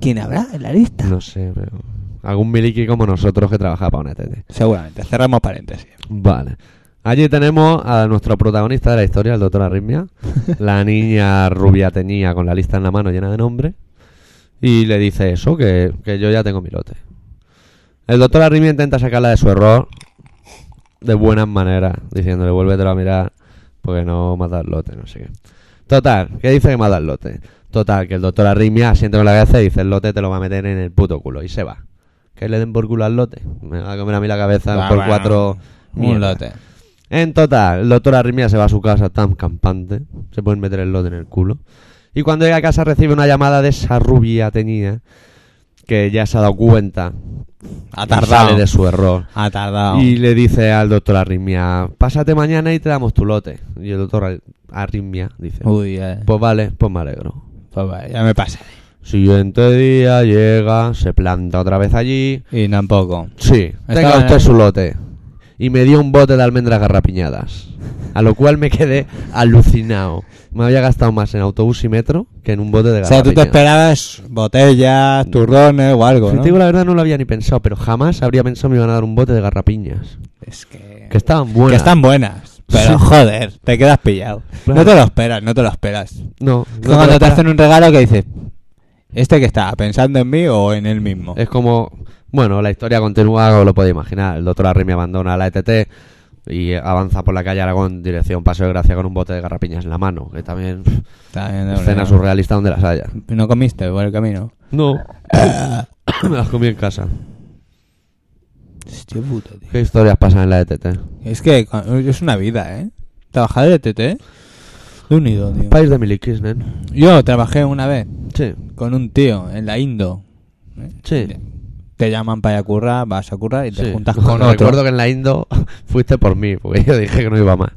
¿quién habrá en la lista? No sé, pero. Algún miliqui como nosotros que trabaja para una tete. Seguramente. Cerramos paréntesis. Vale. Allí tenemos a nuestro protagonista de la historia, el doctor Arritmia. la niña rubia tenía con la lista en la mano llena de nombres. Y le dice eso, que, que yo ya tengo mi lote. El doctor Arritmia intenta sacarla de su error de buenas maneras, diciéndole vuélvetelo a mirar porque no mata el lote, no sé qué. Total, que dice que mata el lote. Total, que el doctor Arritmia asiente con la cabeza y dice el lote te lo va a meter en el puto culo y se va. Que le den por culo al lote. Me va a comer a mí la cabeza Ah, por bueno. cuatro... Un mierdas. lote. En total, el doctor Arrimia se va a su casa tan campante. Se pueden meter el lote en el culo. Y cuando llega a casa recibe una llamada de esa rubia teñida que ya se ha dado cuenta Ha y sale tardado. de su error. Ha tardado. Y le dice al doctor Arritmia, pásate mañana y te damos tu lote. Y el doctor Ar- Arritmia dice, Uy, eh. pues vale, pues me alegro. Pues vale, ya me pasa. Siguiente día llega, se planta otra vez allí. Y tampoco. Sí, tenga Estaba- usted su lote. Y me dio un bote de almendras garrapiñadas. A lo cual me quedé alucinado. Me había gastado más en autobús y metro que en un bote de O sea, tú te garrapiñadas. esperabas botellas, turrones o algo, Si ¿no? te digo la verdad, no lo había ni pensado, pero jamás habría pensado me iban a dar un bote de garrapiñas. Es que... Que estaban que buenas. están buenas. Pero Sí. joder, te quedas pillado. Claro. No te lo esperas, no te lo esperas. No, no Es te como lo cuando te esperas. hacen un regalo que dices, ¿este que está? ¿Pensando en mí o en él mismo? Es como, bueno, la historia continúa, como lo podéis imaginar. El doctor Arrimia abandona la ETT y avanza por la calle Aragón, dirección Paso de Gracia, con un bote de garrapiñas en la mano. Que también, Está bien, de escena verdad. surrealista donde las haya. No comiste por el camino. No. Me las comí en casa. Hostia puta, tío. ¿Qué historias pasan en la E ETT? Es que cu- es una vida, ¿eh? Trabajar de TT. De unido, tío. País de Milikis, nen. Yo trabajé una vez Sí, con un tío en la Indo. ¿eh? sí. Te- Te llaman para ir a currar, vas a currar y te sí. juntas con Bueno, otro. Recuerdo que en la Indo fuiste por mí, porque yo dije que no iba más.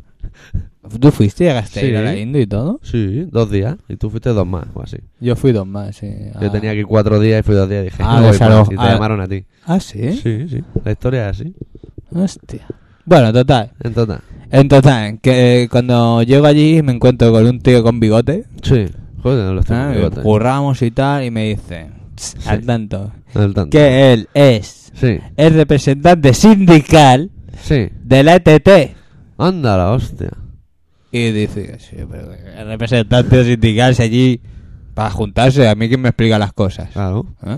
¿Tú fuiste y llegaste a ir a Sí. la Indo y todo? Sí, dos días. Y tú fuiste dos más, o así. Yo fui dos más, sí. Yo Ah. tenía que ir cuatro días y fui dos días y dije, Ah, no voy desalo- más. Y te ah. llamaron a ti. Ah, sí. Sí, sí. La historia es así. Hostia. Bueno, total. En total. En total, que eh, cuando llego allí me encuentro con un tío con bigote. Sí. Joder, no los tengo ¿eh? bigotes. Curramos y tal, y me dice, "Tss, al tanto, Al tanto. que él es Sí, el representante sindical sí. de la E ETT. Anda la hostia. Y dice, "Sí, pero el representante sindical es allí para juntarse, a mí quien me explica las cosas. Claro. ¿Eh?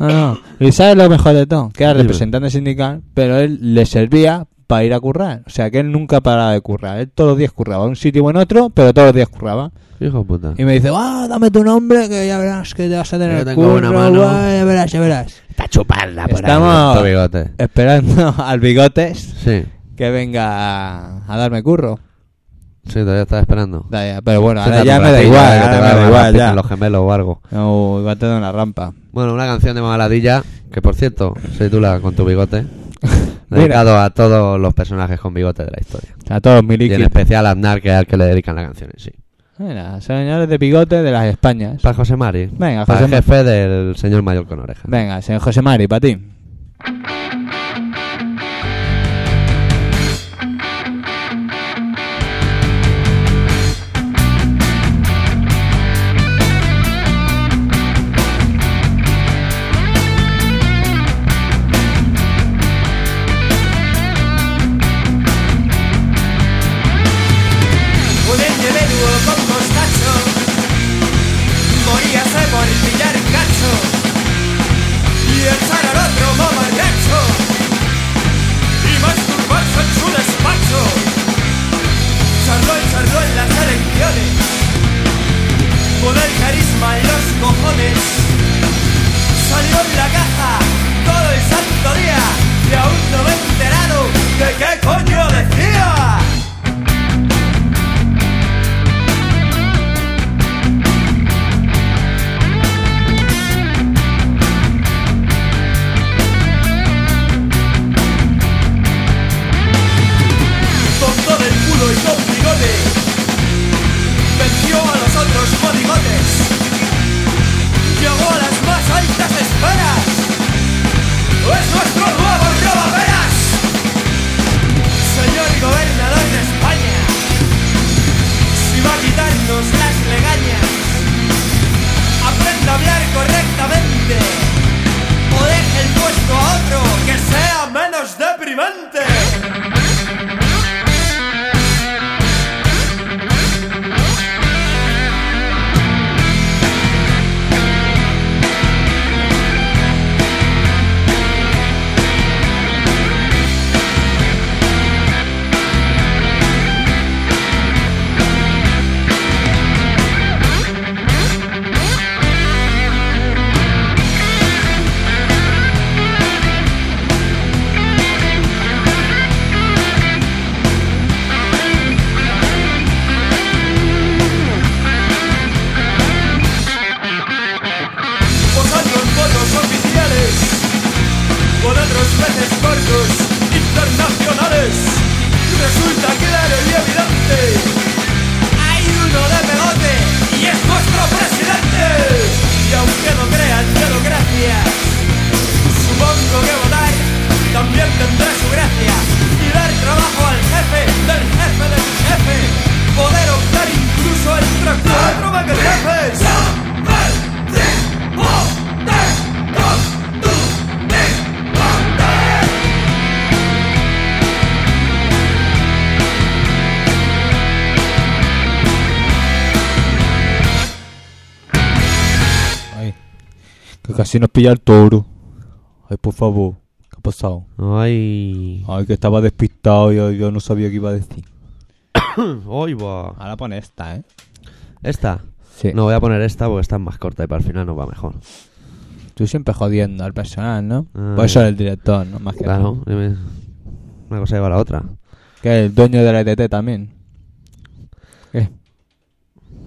Ah, no. Y sabes lo mejor de todo, que era Dime. representante sindical, pero él le servía para ir a currar. O sea, que él nunca paraba de currar. Él todos los días curraba, un sitio o en otro, pero todos los días curraba. Hijo de puta. Y me dice, ah, dame tu nombre, que ya verás que te vas a tener Yo el tengo curro, una mano. guay, ya verás, ya verás. Está chuparla por ahí. Estamos- Tu bigote. Esperando al Bigotes Sí. que venga a, a darme curro. Sí, todavía estaba esperando. Da ya, Pero bueno, Suena ahora tu ya me da ratilla, igual, que te ahora va me a da dar igual lápiz en ya. los gemelos o algo. No, iba a tener una rampa. Bueno, una canción de Mamaladilla, que por cierto, se titula Con tu bigote. dedicado a todos los personajes con bigote de la historia. A todos Y en miliquis. especial a Aznar, que es al que le dedican la canción en sí. Mira, señores de bigote de las Españas. Para José Mari. Venga, para José el Mari. jefe del señor mayor con oreja. Venga, señor José Mari, para ti. un endebeluo con mostacho Moríase por pillar cacho Y echar al otro mamarracho desbarcos internacionales. Resulta claro y evidente, hay uno de pegote y es nuestro presidente. Y aunque no crean democracia, supongo que votar también tendrá su gracia. Y dar trabajo al jefe del jefe del jefe, poder optar incluso entre cuatro jefes. Ay, que casi nos pilla el toro. Ay, por favor, ¿qué ha pasado? Ay. Ay, que estaba despistado y yo, yo no sabía qué iba a decir. Ay, va. Ahora pone esta, ¿eh? ¿Esta? Sí. No, voy a poner esta porque esta es más corta y para el final nos va mejor. Tú siempre jodiendo al personal, ¿no? Ah. Por eso eres el director, ¿no? Más que Claro, dime. Una cosa lleva a la otra. Que el dueño de la ETT también. ¿Qué?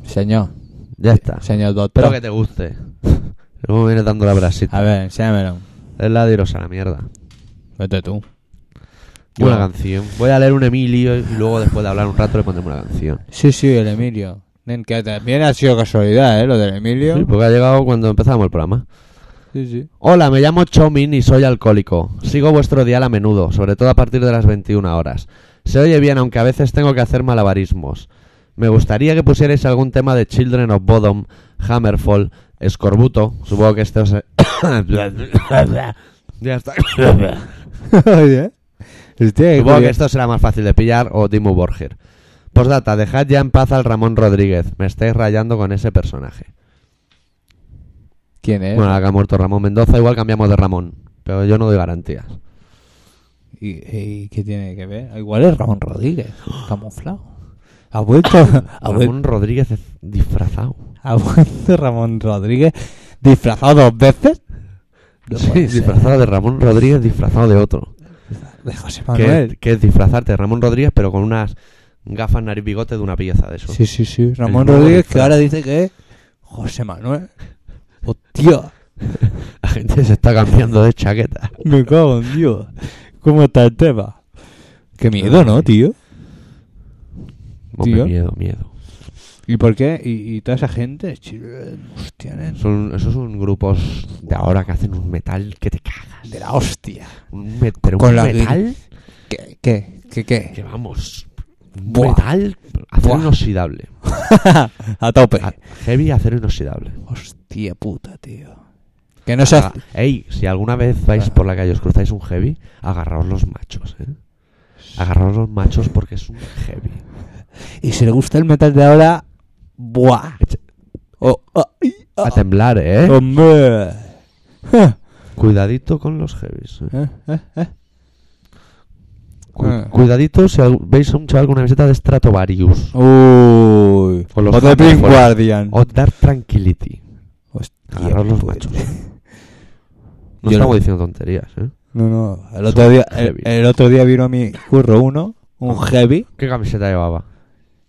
Señor, Ya está. señor Espero doctor. que te guste. Luego me vienes dando la brasita. A ver, enséñamelo. Es la de iros a la mierda. Vete tú. Una Bueno. canción. Voy a leer un Emilio y luego después de hablar un rato le pondremos una canción. Sí, sí, el Emilio. Nen, que también ha sido casualidad, ¿eh? Lo del Emilio. Sí, porque ha llegado cuando empezábamos el programa. Sí, sí. Hola, me llamo Chomin y soy alcohólico. Sigo vuestro dial a menudo, sobre todo a partir de las 21 horas. Se oye bien, aunque a veces tengo que hacer malabarismos. Me gustaría que pusierais algún tema de Children of Bodom, Hammerfall, Escorbuto. Supongo que este os... ya está. Oye. Hostia, qué Supongo que curioso. esto será más fácil de pillar o Dimu Borgir. Postdata, dejad ya en paz al Ramón Rodríguez. Me estáis rayando con ese personaje. ¿Quién es? Bueno, ahora que ha muerto Ramón Mendoza, igual cambiamos de Ramón. Pero yo no doy garantías. ¿Y, y qué tiene que ver? Ah, Igual es Ramón Rodríguez, camuflado. Ha vuelto, ha, vuel- Ramón Rodríguez es disfrazado. ha vuelto Ramón Rodríguez disfrazado dos veces. No Sí, puede ser. disfrazado de Ramón Rodríguez, disfrazado de otro. De José Que, Manuel. que es disfrazarte de Ramón Rodríguez, pero con unas gafas, nariz, bigote de una pieza de eso. Sí, sí, sí. Ramón nuevo Rodríguez que disfraz. ahora dice que es José Manuel. Hostia, La gente se está cambiando de chaqueta. me cago en Dios. ¿Cómo está el tema? Qué miedo, ¿no, tío? Hombre, Tío. miedo, miedo. ¿Y por qué? ¿Y, y toda esa gente? Ch- eh, Hostia, nen. Son, esos son grupos de ahora que hacen un metal que te cagas. de la hostia. Un, met- pero Con un la metal ¿Qué? ¿Qué? ¿Qué? que qué? vamos. Un Buah. metal acero Buah. inoxidable. A tope. A- heavy acero inoxidable. Hostia puta, tío. Que no se Aga- Ey, si alguna vez vais por la calle y os cruzáis un heavy, agarraos los machos, ¿eh? Agarraos los machos porque es un heavy. Y si le gusta el metal de ahora, ¡buah! Oh, ah, y, A ah, temblar, ¿eh? ¡Hombre! Ja, Cuidadito con los heavies. ¿eh? eh, eh, eh. Cu- Ah. Cuidadito si al- veis a un chaval con una visita de Stratovarius. Oh. Uy. Con los o de Hammer, Blink con- Guardian. O Dark Tranquility. Hostia, Agarraos los pues. machos. ¿eh? No Yo estamos no- diciendo tonterías, ¿eh? No, no. El otro día, el, heavy. el otro día vino a mi curro uno, un heavy, ¿Qué camiseta llevaba?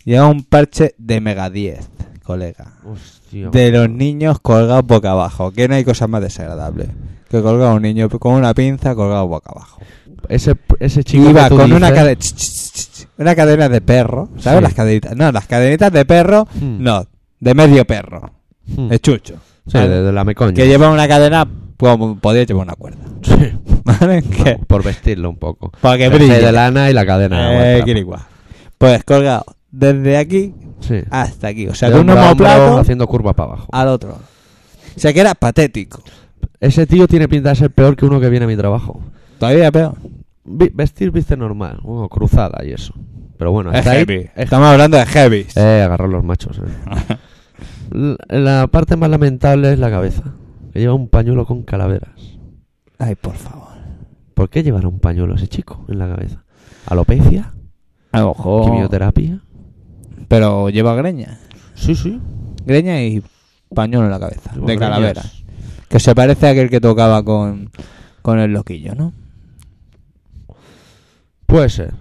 lleva un parche de Mega 10, colega. Hostia. De los niños colgados boca abajo. Que no hay cosa más desagradable que colgar a un niño con una pinza colgado boca abajo. Ese, ese chico que Iba tú con una, dices- cadena una cadena de perro, ¿sabes? Sí. Las cadenitas. No, las cadenitas de perro, Hmm. no, de medio perro, Hmm. de chucho. Sí, de, de la mecoña. Que lleva una cadena, como podría llevar una cuerda. Sí. ¿Vale? Que, Por vestirlo un poco. para que Jersey brille. de lana y la cadena. de Eh, guatrapa. quiriguá. Pues colgado desde aquí Sí. hasta aquí. O sea, Ah, De de Ah, un hombro a hombro homoplato haciendo curva para abajo. al otro. O sea, que era patético. Ese tío tiene pinta de ser peor que uno que viene a mi trabajo. Todavía peor. Vi- vestir viste normal, bueno, cruzada y eso. Pero bueno, Es hasta ahí- heavy. Estamos hablando de heavy. Eh, agarrar los machos. eh. L- la parte más lamentable es la cabeza. Que lleva un pañuelo con calaveras. Ay, por favor. ¿Por qué llevará un pañuelo ese chico en la cabeza? ¿Alopecia? Ah, A lo Oh. mejor- ¿Quimioterapia? Pero lleva greña. Sí, sí. Greña y pañuelo en la cabeza. Lleva de greñas. calavera. Que se parece a aquel que tocaba con, con el loquillo, ¿no? Puede ser.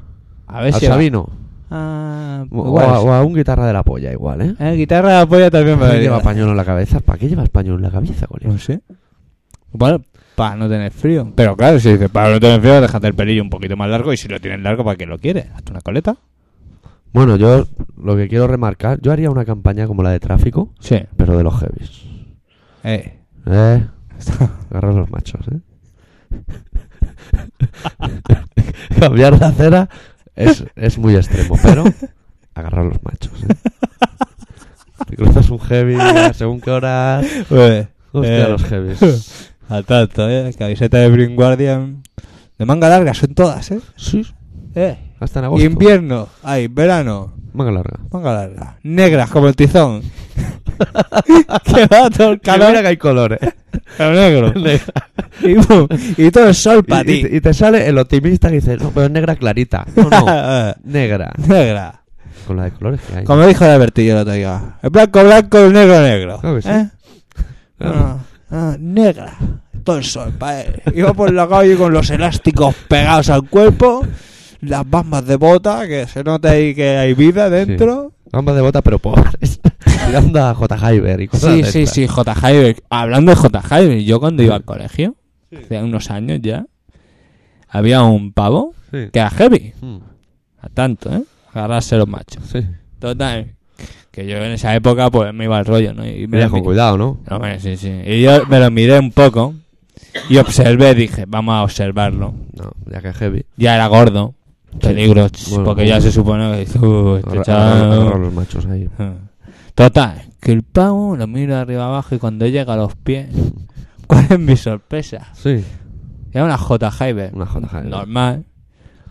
A Al ver si. Sabino. Ah, O, igual o a, es. o a un guitarra de la polla, igual, ¿eh? Eh, guitarra de apoyo también me ¿Por qué vendría. lleva pañuelo en la cabeza? ¿Para qué llevas pañuelo en la cabeza, colega? No sé. Bueno, Para no tener frío. Pero claro, si dices para no tener frío, déjate el pelillo un poquito más largo. Y si lo tienes largo, ¿para qué lo quieres? Hazte una coleta. Bueno, yo lo que quiero remarcar, yo haría una campaña como la de tráfico, Sí. pero de los heavies. Eh. Eh, agarra los machos, eh. Cambiar de acera es, es muy extremo, pero agarrar los machos, eh. Te cruzas un heavy a según qué horas. Eh. Hostia, Eh. los heavies. A tanto, eh. Camiseta de Green Guardian. De manga larga son todas, eh. Sí, Eh. hasta en agosto. Invierno. Ay, verano. Manga larga. Manga larga. Negras como el tizón. que va todo el Calor. calor. que hay colores. Pero negro. y, pum, y todo el sol Y, para ti. y- y te sale el optimista que dice, no, pero es negra clarita. No, no, Eh, negra. Negra. Con la de colores que hay. Como dijo el Albertillo el otro día. El blanco, blanco, el negro, negro. Claro que sí. ¿Eh? Claro. Ah, ah, negra. Todo el sol, pa' él. Iba por la calle con los elásticos pegados al cuerpo. Las bambas de bota, que se nota ahí que hay vida dentro. Ambas de bota, pero pobres. Tirando a J. Hyber y cosas Sí, de sí, estas. sí, J. Hyber. Hablando de J. Hyber, yo cuando iba al colegio, hace unos años ya, había un pavo Sí. que era heavy. Mm, A tanto, ¿eh? Agarrarse los machos. sí. Total. Que yo en esa época, pues me iba al rollo, ¿no? Y me Mira, lo con mi- cuidado, ¿no? No, hombre, sí, sí. Y yo me lo miré un poco y observé, dije, vamos a observarlo. No, ya que es heavy. Ya era gordo. Peligro, ch, Bueno, porque bueno. ya se supone que dice, "Uh, este Agarra- chaval". agarra- agarra los machos ahí. Ah. Total, que el pavo lo miro arriba abajo y cuando llega a los pies, ¿cuál es mi sorpresa? Sí. Era una J. Hyber. Una J. Hyber. Normal.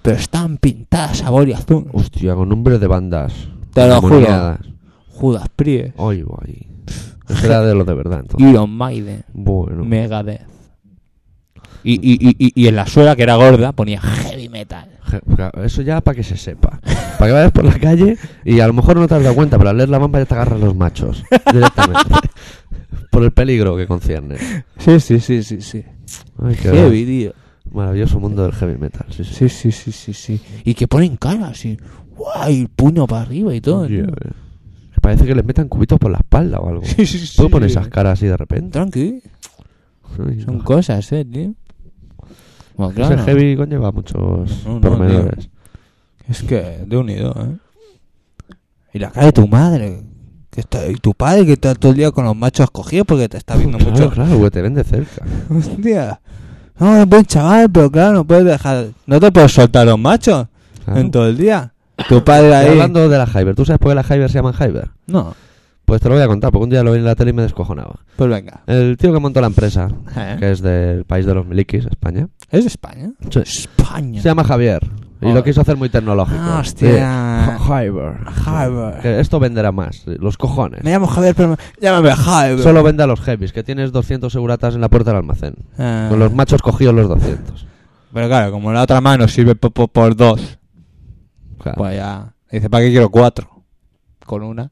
Pero están pintadas a boli azul. Hostia, con nombres de bandas. Te lo juro. demoniadas. Judas Priest, Ay, guay. Eso era de los de verdad, entonces. Iron Maiden. Bueno. Megadeth. Y, y, y- y, y en la suela, que era gorda, ponía heavy metal. Je- claro, Eso ya para que se sepa. Para que vayas por la calle y a lo mejor no te has dado cuenta, pero al leer la bamba ya te agarran los machos. Directamente. por el peligro que concierne. Sí, sí, sí, sí, sí. Ay, qué Heavy, tío. Maravilloso mundo del heavy metal. Sí, Sí, sí. sí, sí, sí, sí. Y que ponen cara así. Guay, el puño para arriba y todo. Yeah. tío. eh. Parece que les metan cubitos por la espalda o algo. Sí, sí, sí. ¿Puedo poner esas caras así de repente? Tranqui. Ay, Son no. cosas, eh, tío. Bueno, Ese claro. heavy conlleva muchos No, no, pormenores. Es que de unido, eh. Y la cara de tu madre. Que está, y tu padre que está todo el día con los machos cogidos porque te está viendo claro, mucho. claro, porque te ven de cerca. Hostia. No, eres buen chaval, pero claro, no puedes dejar. No te puedes soltar los machos Claro. en todo el día. Tu padre Y ahí. hablando de la Hyber, ¿tú sabes por qué la Hyber se llama Hyber? No, Pues te lo voy a contar, porque un día lo vi en la tele y me descojonaba. pues venga. El tío que montó la empresa, Eh. que es del país de los milikis, España, ¿Es de España? Sí. España. se llama Javier. Y Joder. lo quiso hacer muy tecnológico. Ah, hostia. Sí. Hyber. Hyber. Que esto venderá más, los cojones. Me llamo Javier, pero me- llámame Javier. Solo vende a los heavies, que tienes 200 seguratas en la puerta del almacén. Ah. Con los machos cogidos los 200. Pero claro, como la otra mano sirve po- po- por, dos, Claro. pues ya. Dice, ¿para qué quiero cuatro? Con una.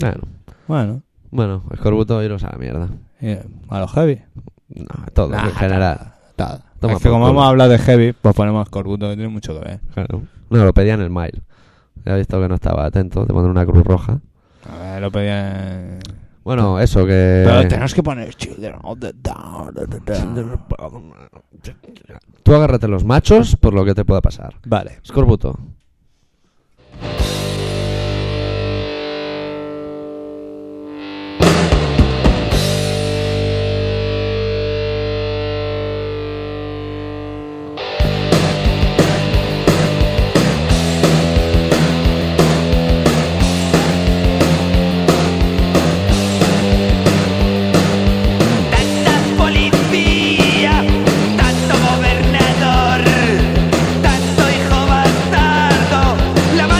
Bueno, Bueno, bueno, escorbuto, iros a la mierda. eh, a los heavy. No, todo, Nah, en general. Tal. Toma es que por como culo. hemos hablado de heavy, pues ponemos escorbuto, que tiene mucho que ver. Claro. No, lo pedían en el mail. Ya he visto que no estaba atento, te pondré una cruz roja. A ver, lo pedían. Bueno, eso que. Pero tenemos que poner Children of the Down. da, da, da. Tú agárrate los machos por lo que te pueda pasar. Vale. Escorbuto. Tanta policía, tanto gobernador, tanto hijo bastardo.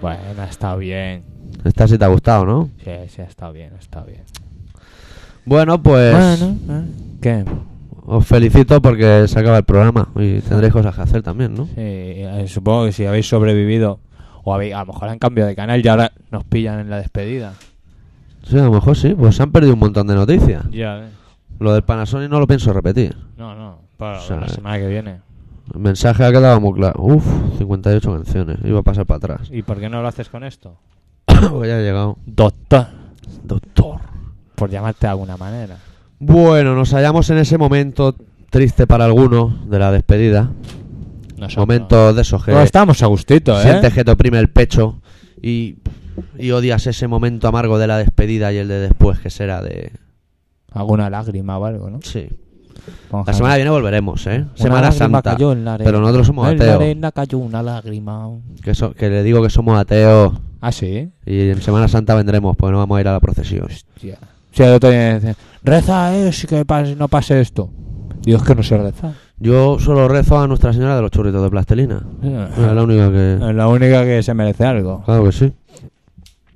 Bueno, ha estado bien. Esta sí te ha gustado, ¿no? Sí, sí, ha estado bien, ha estado bien. Bueno, pues Bueno, ¿eh? ¿qué? os felicito porque se acaba el programa y tendréis cosas que hacer también, ¿no? Sí, eh, supongo que si habéis sobrevivido o habéis, a lo mejor han cambiado de canal y ahora nos pillan en la despedida. Sí, a lo mejor sí, pues se han perdido un montón de noticias. Ya, eh. Lo del Panasonic no lo pienso repetir. No, no, para O sea, la semana que viene. El mensaje ha quedado muy claro. Uf, 58 canciones. Iba a pasar para atrás. ¿Y por qué no lo haces con esto? Pues ya ha llegado. Doctor, Doctor. por llamarte de alguna manera. Bueno, nos hallamos en ese momento triste para algunos de la despedida. Nosotros. Momento de esos que No, estamos a gustito, ¿eh? sientes que te oprime el pecho y, y odias ese momento amargo de la despedida y el de después que será de... Alguna lágrima o algo, ¿no? Sí. Vamos La a- semana que viene volveremos, ¿eh? Una Semana lágrima Santa. cayó en la arena. Pero nosotros somos En la ateos. arena cayó una lágrima. Que, so- que le digo que somos ateos. Ah, sí. Y en Semana Santa vendremos, porque no vamos a ir a la procesión. Hostia. Sí, el otro día dice, reza, eh, si que pase- no pase esto. Digo, es que no se reza. Yo solo rezo a Nuestra Señora de los Churritos de Plastelina. Eh. Es la única que... Es la única que se merece algo. Claro que sí.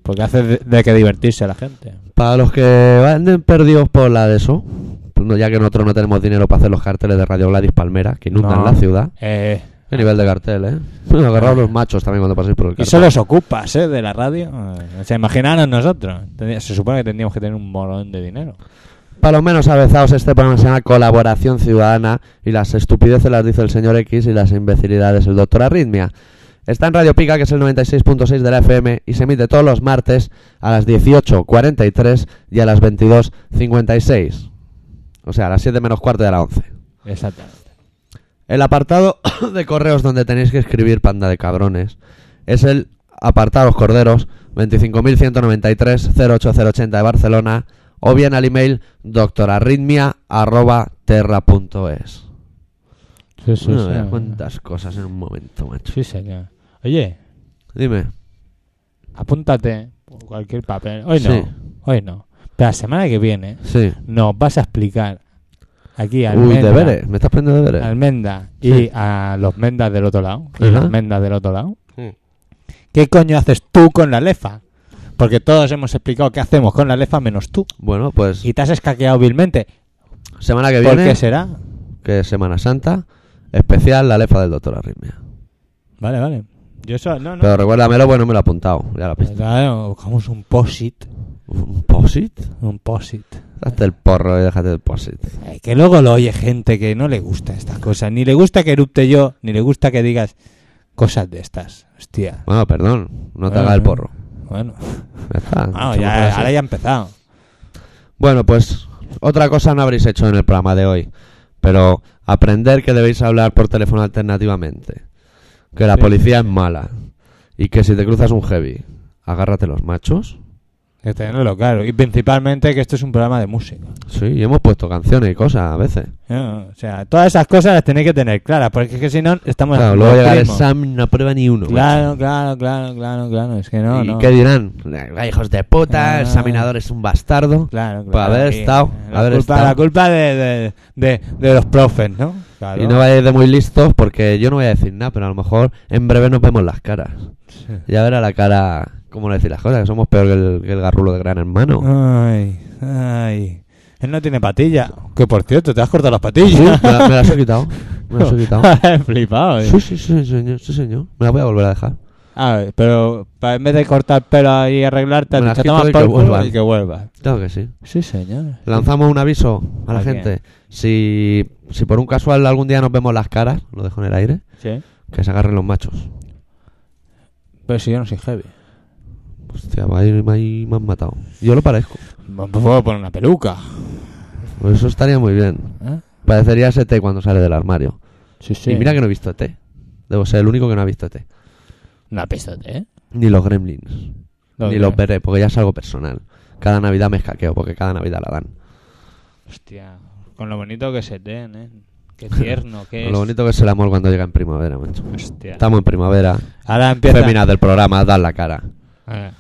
Porque hace de, de que divertirse la gente. Para los que anden perdidos por la de eso, pues no- ya que nosotros no tenemos dinero para hacer los carteles de Radio Gladys Palmera, que inundan No. la ciudad. Eh, Qué nivel de cartel, ¿eh? Agarraos los machos también cuando paséis por el y cartel. solo os ocupas, ¿eh? De la radio. Eh, Se imaginaron nosotros. Tendría- Se supone que tendríamos que tener un morón de dinero. Para los menos avezados, este programa se llama Colaboración Ciudadana y las estupideces las dice el señor X y las imbecilidades el doctor Arritmia. Está en Radio Pica, que es el 96.6 de la FM, y se emite todos los martes a las 18.43 y a las 22.56. O sea, a las 7 menos cuarto de la 11. Exactamente. El apartado de correos donde tenéis que escribir panda de cabrones es el apartado corderos 25.193-08080 de Barcelona o bien al email doctorarritmia.terra.es. Sí, sí, Bueno, sí. cuántas cosas en un momento, macho. Sí, señor. Oye, Dime, apúntate cualquier papel. Hoy no. Sí. Hoy no. Pero la semana que viene sí. nos vas a explicar aquí a Uy, Almendra, deberes, me estás poniendo deberes. Almendra y Sí. a los mendas del otro lado. Y Ajá. las mendas del otro lado. Sí. ¿Qué coño haces tú con la lefa? Porque todos hemos explicado qué hacemos con la lefa menos tú. Bueno, pues Y te has escaqueado vilmente. semana que ¿Por viene, qué será? que es Semana Santa, especial la lefa del doctor Arritmia. Vale, vale. Yo eso, no, no. Pero recuérdamelo, bueno, me lo he apuntado. Ya la pista. Claro, buscamos un posit. ¿Un posit? Un posit. Hazte el porro y déjate el posit. Eh, que luego lo oye gente que no le gusta estas cosas. Ni le gusta que erupte yo, ni le gusta que digas cosas de estas. Hostia. Bueno, perdón, no te Bueno, haga el bueno. porro. Bueno, Ya está. Bueno, Somos ya- así. ahora ya ha empezado. Bueno, pues otra cosa no habréis hecho en el programa de hoy, pero aprender que debéis hablar por teléfono alternativamente, que la Sí. policía es mala y que si te cruzas un heavy, agárrate los machos. Que tenerlo claro. Y principalmente que esto es un programa de música. Sí, y hemos puesto canciones y cosas a veces. ¿no? O sea, todas esas cosas las tenéis que tener claras, porque es que si no, estamos... claro, haciendo luego llega el primo. examen, no aprueba ni uno. Claro, claro, claro, claro, claro. Es que no, macho. ¿Y no. qué dirán? "Ah, Hijos de puta, Ah. el examinador es un bastardo. Claro, claro. Pues haber Y estado, La haber culpa, estado. la culpa de, de, de- de los profes, ¿no? Claro. Y no vayáis de muy listos porque yo no voy a decir nada, pero a lo mejor en breve nos vemos las caras. Ya verá la cara, cómo le decir las cosas, que somos peor que el, que el garrulo de Gran Ah. Hermano. Ay, ay. Él no tiene patilla. Que por cierto, te has cortado las Sí, patillas. me, la- me las he quitado. Me las he quitado. He flipado. eh. Sí, sí, sí, señor, sí, señor. Me las voy a volver a dejar. A ver, pero pa- en vez de cortar pelo y arreglarte, Me te las te quito tomas y por que culo vuelvan. y que vuelvas. Claro que sí. Sí, señor. Lanzamos un aviso a la ¿A quién? gente. Si, si por un casual algún día nos vemos las caras, lo dejo en el aire, Sí. que se agarren los machos. Pero si yo no soy heavy. Hostia, me, ha- me, ha- me han matado. Yo lo parezco. Pues Me puedo pues poner una peluca. Eso estaría muy bien. ¿Eh? Parecería ese T cuando sale del armario. Sí, sí. Y mira que no he visto ET. Debo ser el único que no ha visto ET. Una pistote, ¿eh? Ni los gremlins. Lo ni que- los veré, porque ya es algo personal. Cada Navidad me escaqueo, porque cada Navidad la dan. Hostia, con lo bonito que se ten, ¿eh? Qué tierno que es. Lo bonito que es el amor cuando llega en primavera, macho. Hostia. Estamos en primavera. Ahora empieza. Féminas del programa dan la cara. Ah,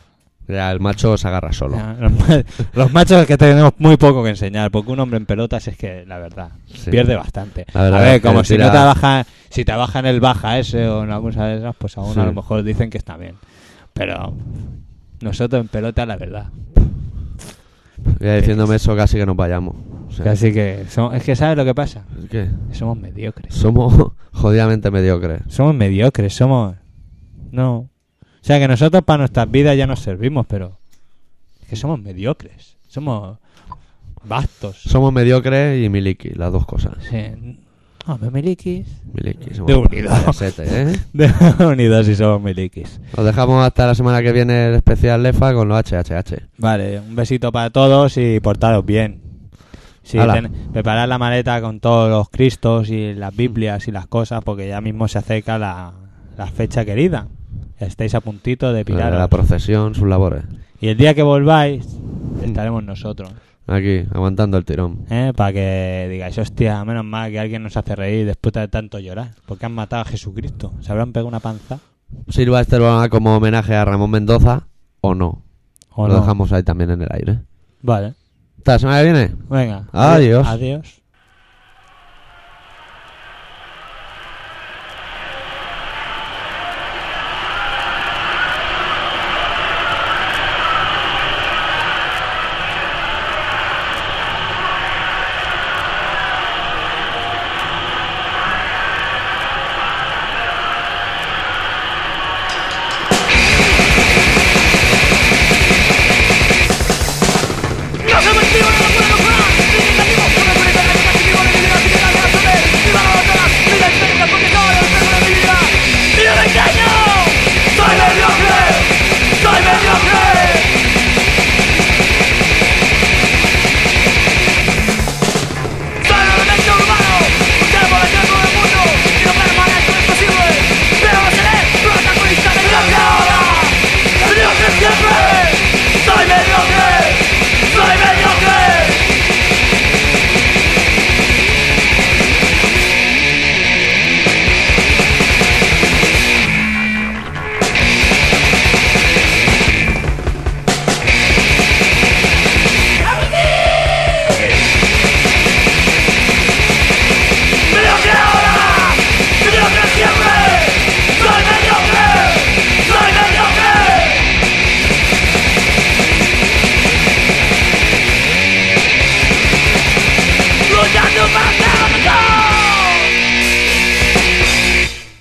Ya el macho se agarra solo. ah, Los, ma- los machos es que tenemos muy poco que enseñar, porque un hombre en pelotas es que, la verdad, Sí. pierde bastante. La verdad a es ver, que como si tira- no trabaja, si trabaja en el baja ese o en alguna cosa de esas, pues aún Sí. a lo mejor dicen que está bien. Pero nosotros en pelota, la verdad. Ya diciéndome eso casi que nos vayamos. O sea, Así que so- es que sabes lo que pasa. es que Somos mediocres. somos jodidamente mediocres. Somos mediocres, somos... No. O sea que nosotros para nuestras vidas ya nos servimos, pero... Es que somos mediocres. Somos vastos. Somos mediocres y miliki, las dos cosas. Sí. Hombre, milikis. Miliki, somos De unido. payasete, ¿eh? De unidos y somos milikis. Os dejamos hasta la semana que viene el especial Lefa con los HHH. Vale, un besito para todos y portaros bien. Sí, Hala. ten- preparad la maleta con todos los cristos y las Biblias y las cosas, porque ya mismo se acerca la, la fecha querida. Estáis a puntito de La, piraros. la procesión, sus labores. y el día que volváis, Mm. estaremos nosotros. Aquí, aguantando el tirón. ¿eh? Para que digáis, hostia, menos mal que alguien nos hace reír después de tanto llorar. Porque han matado a Jesucristo. ¿Se habrán pegado una panza? Sirva este programa como homenaje a Ramón Mendoza o no. ¿O Lo no? dejamos ahí también en el aire. Vale. Hasta la semana que viene. Venga. Adiós. Adiós.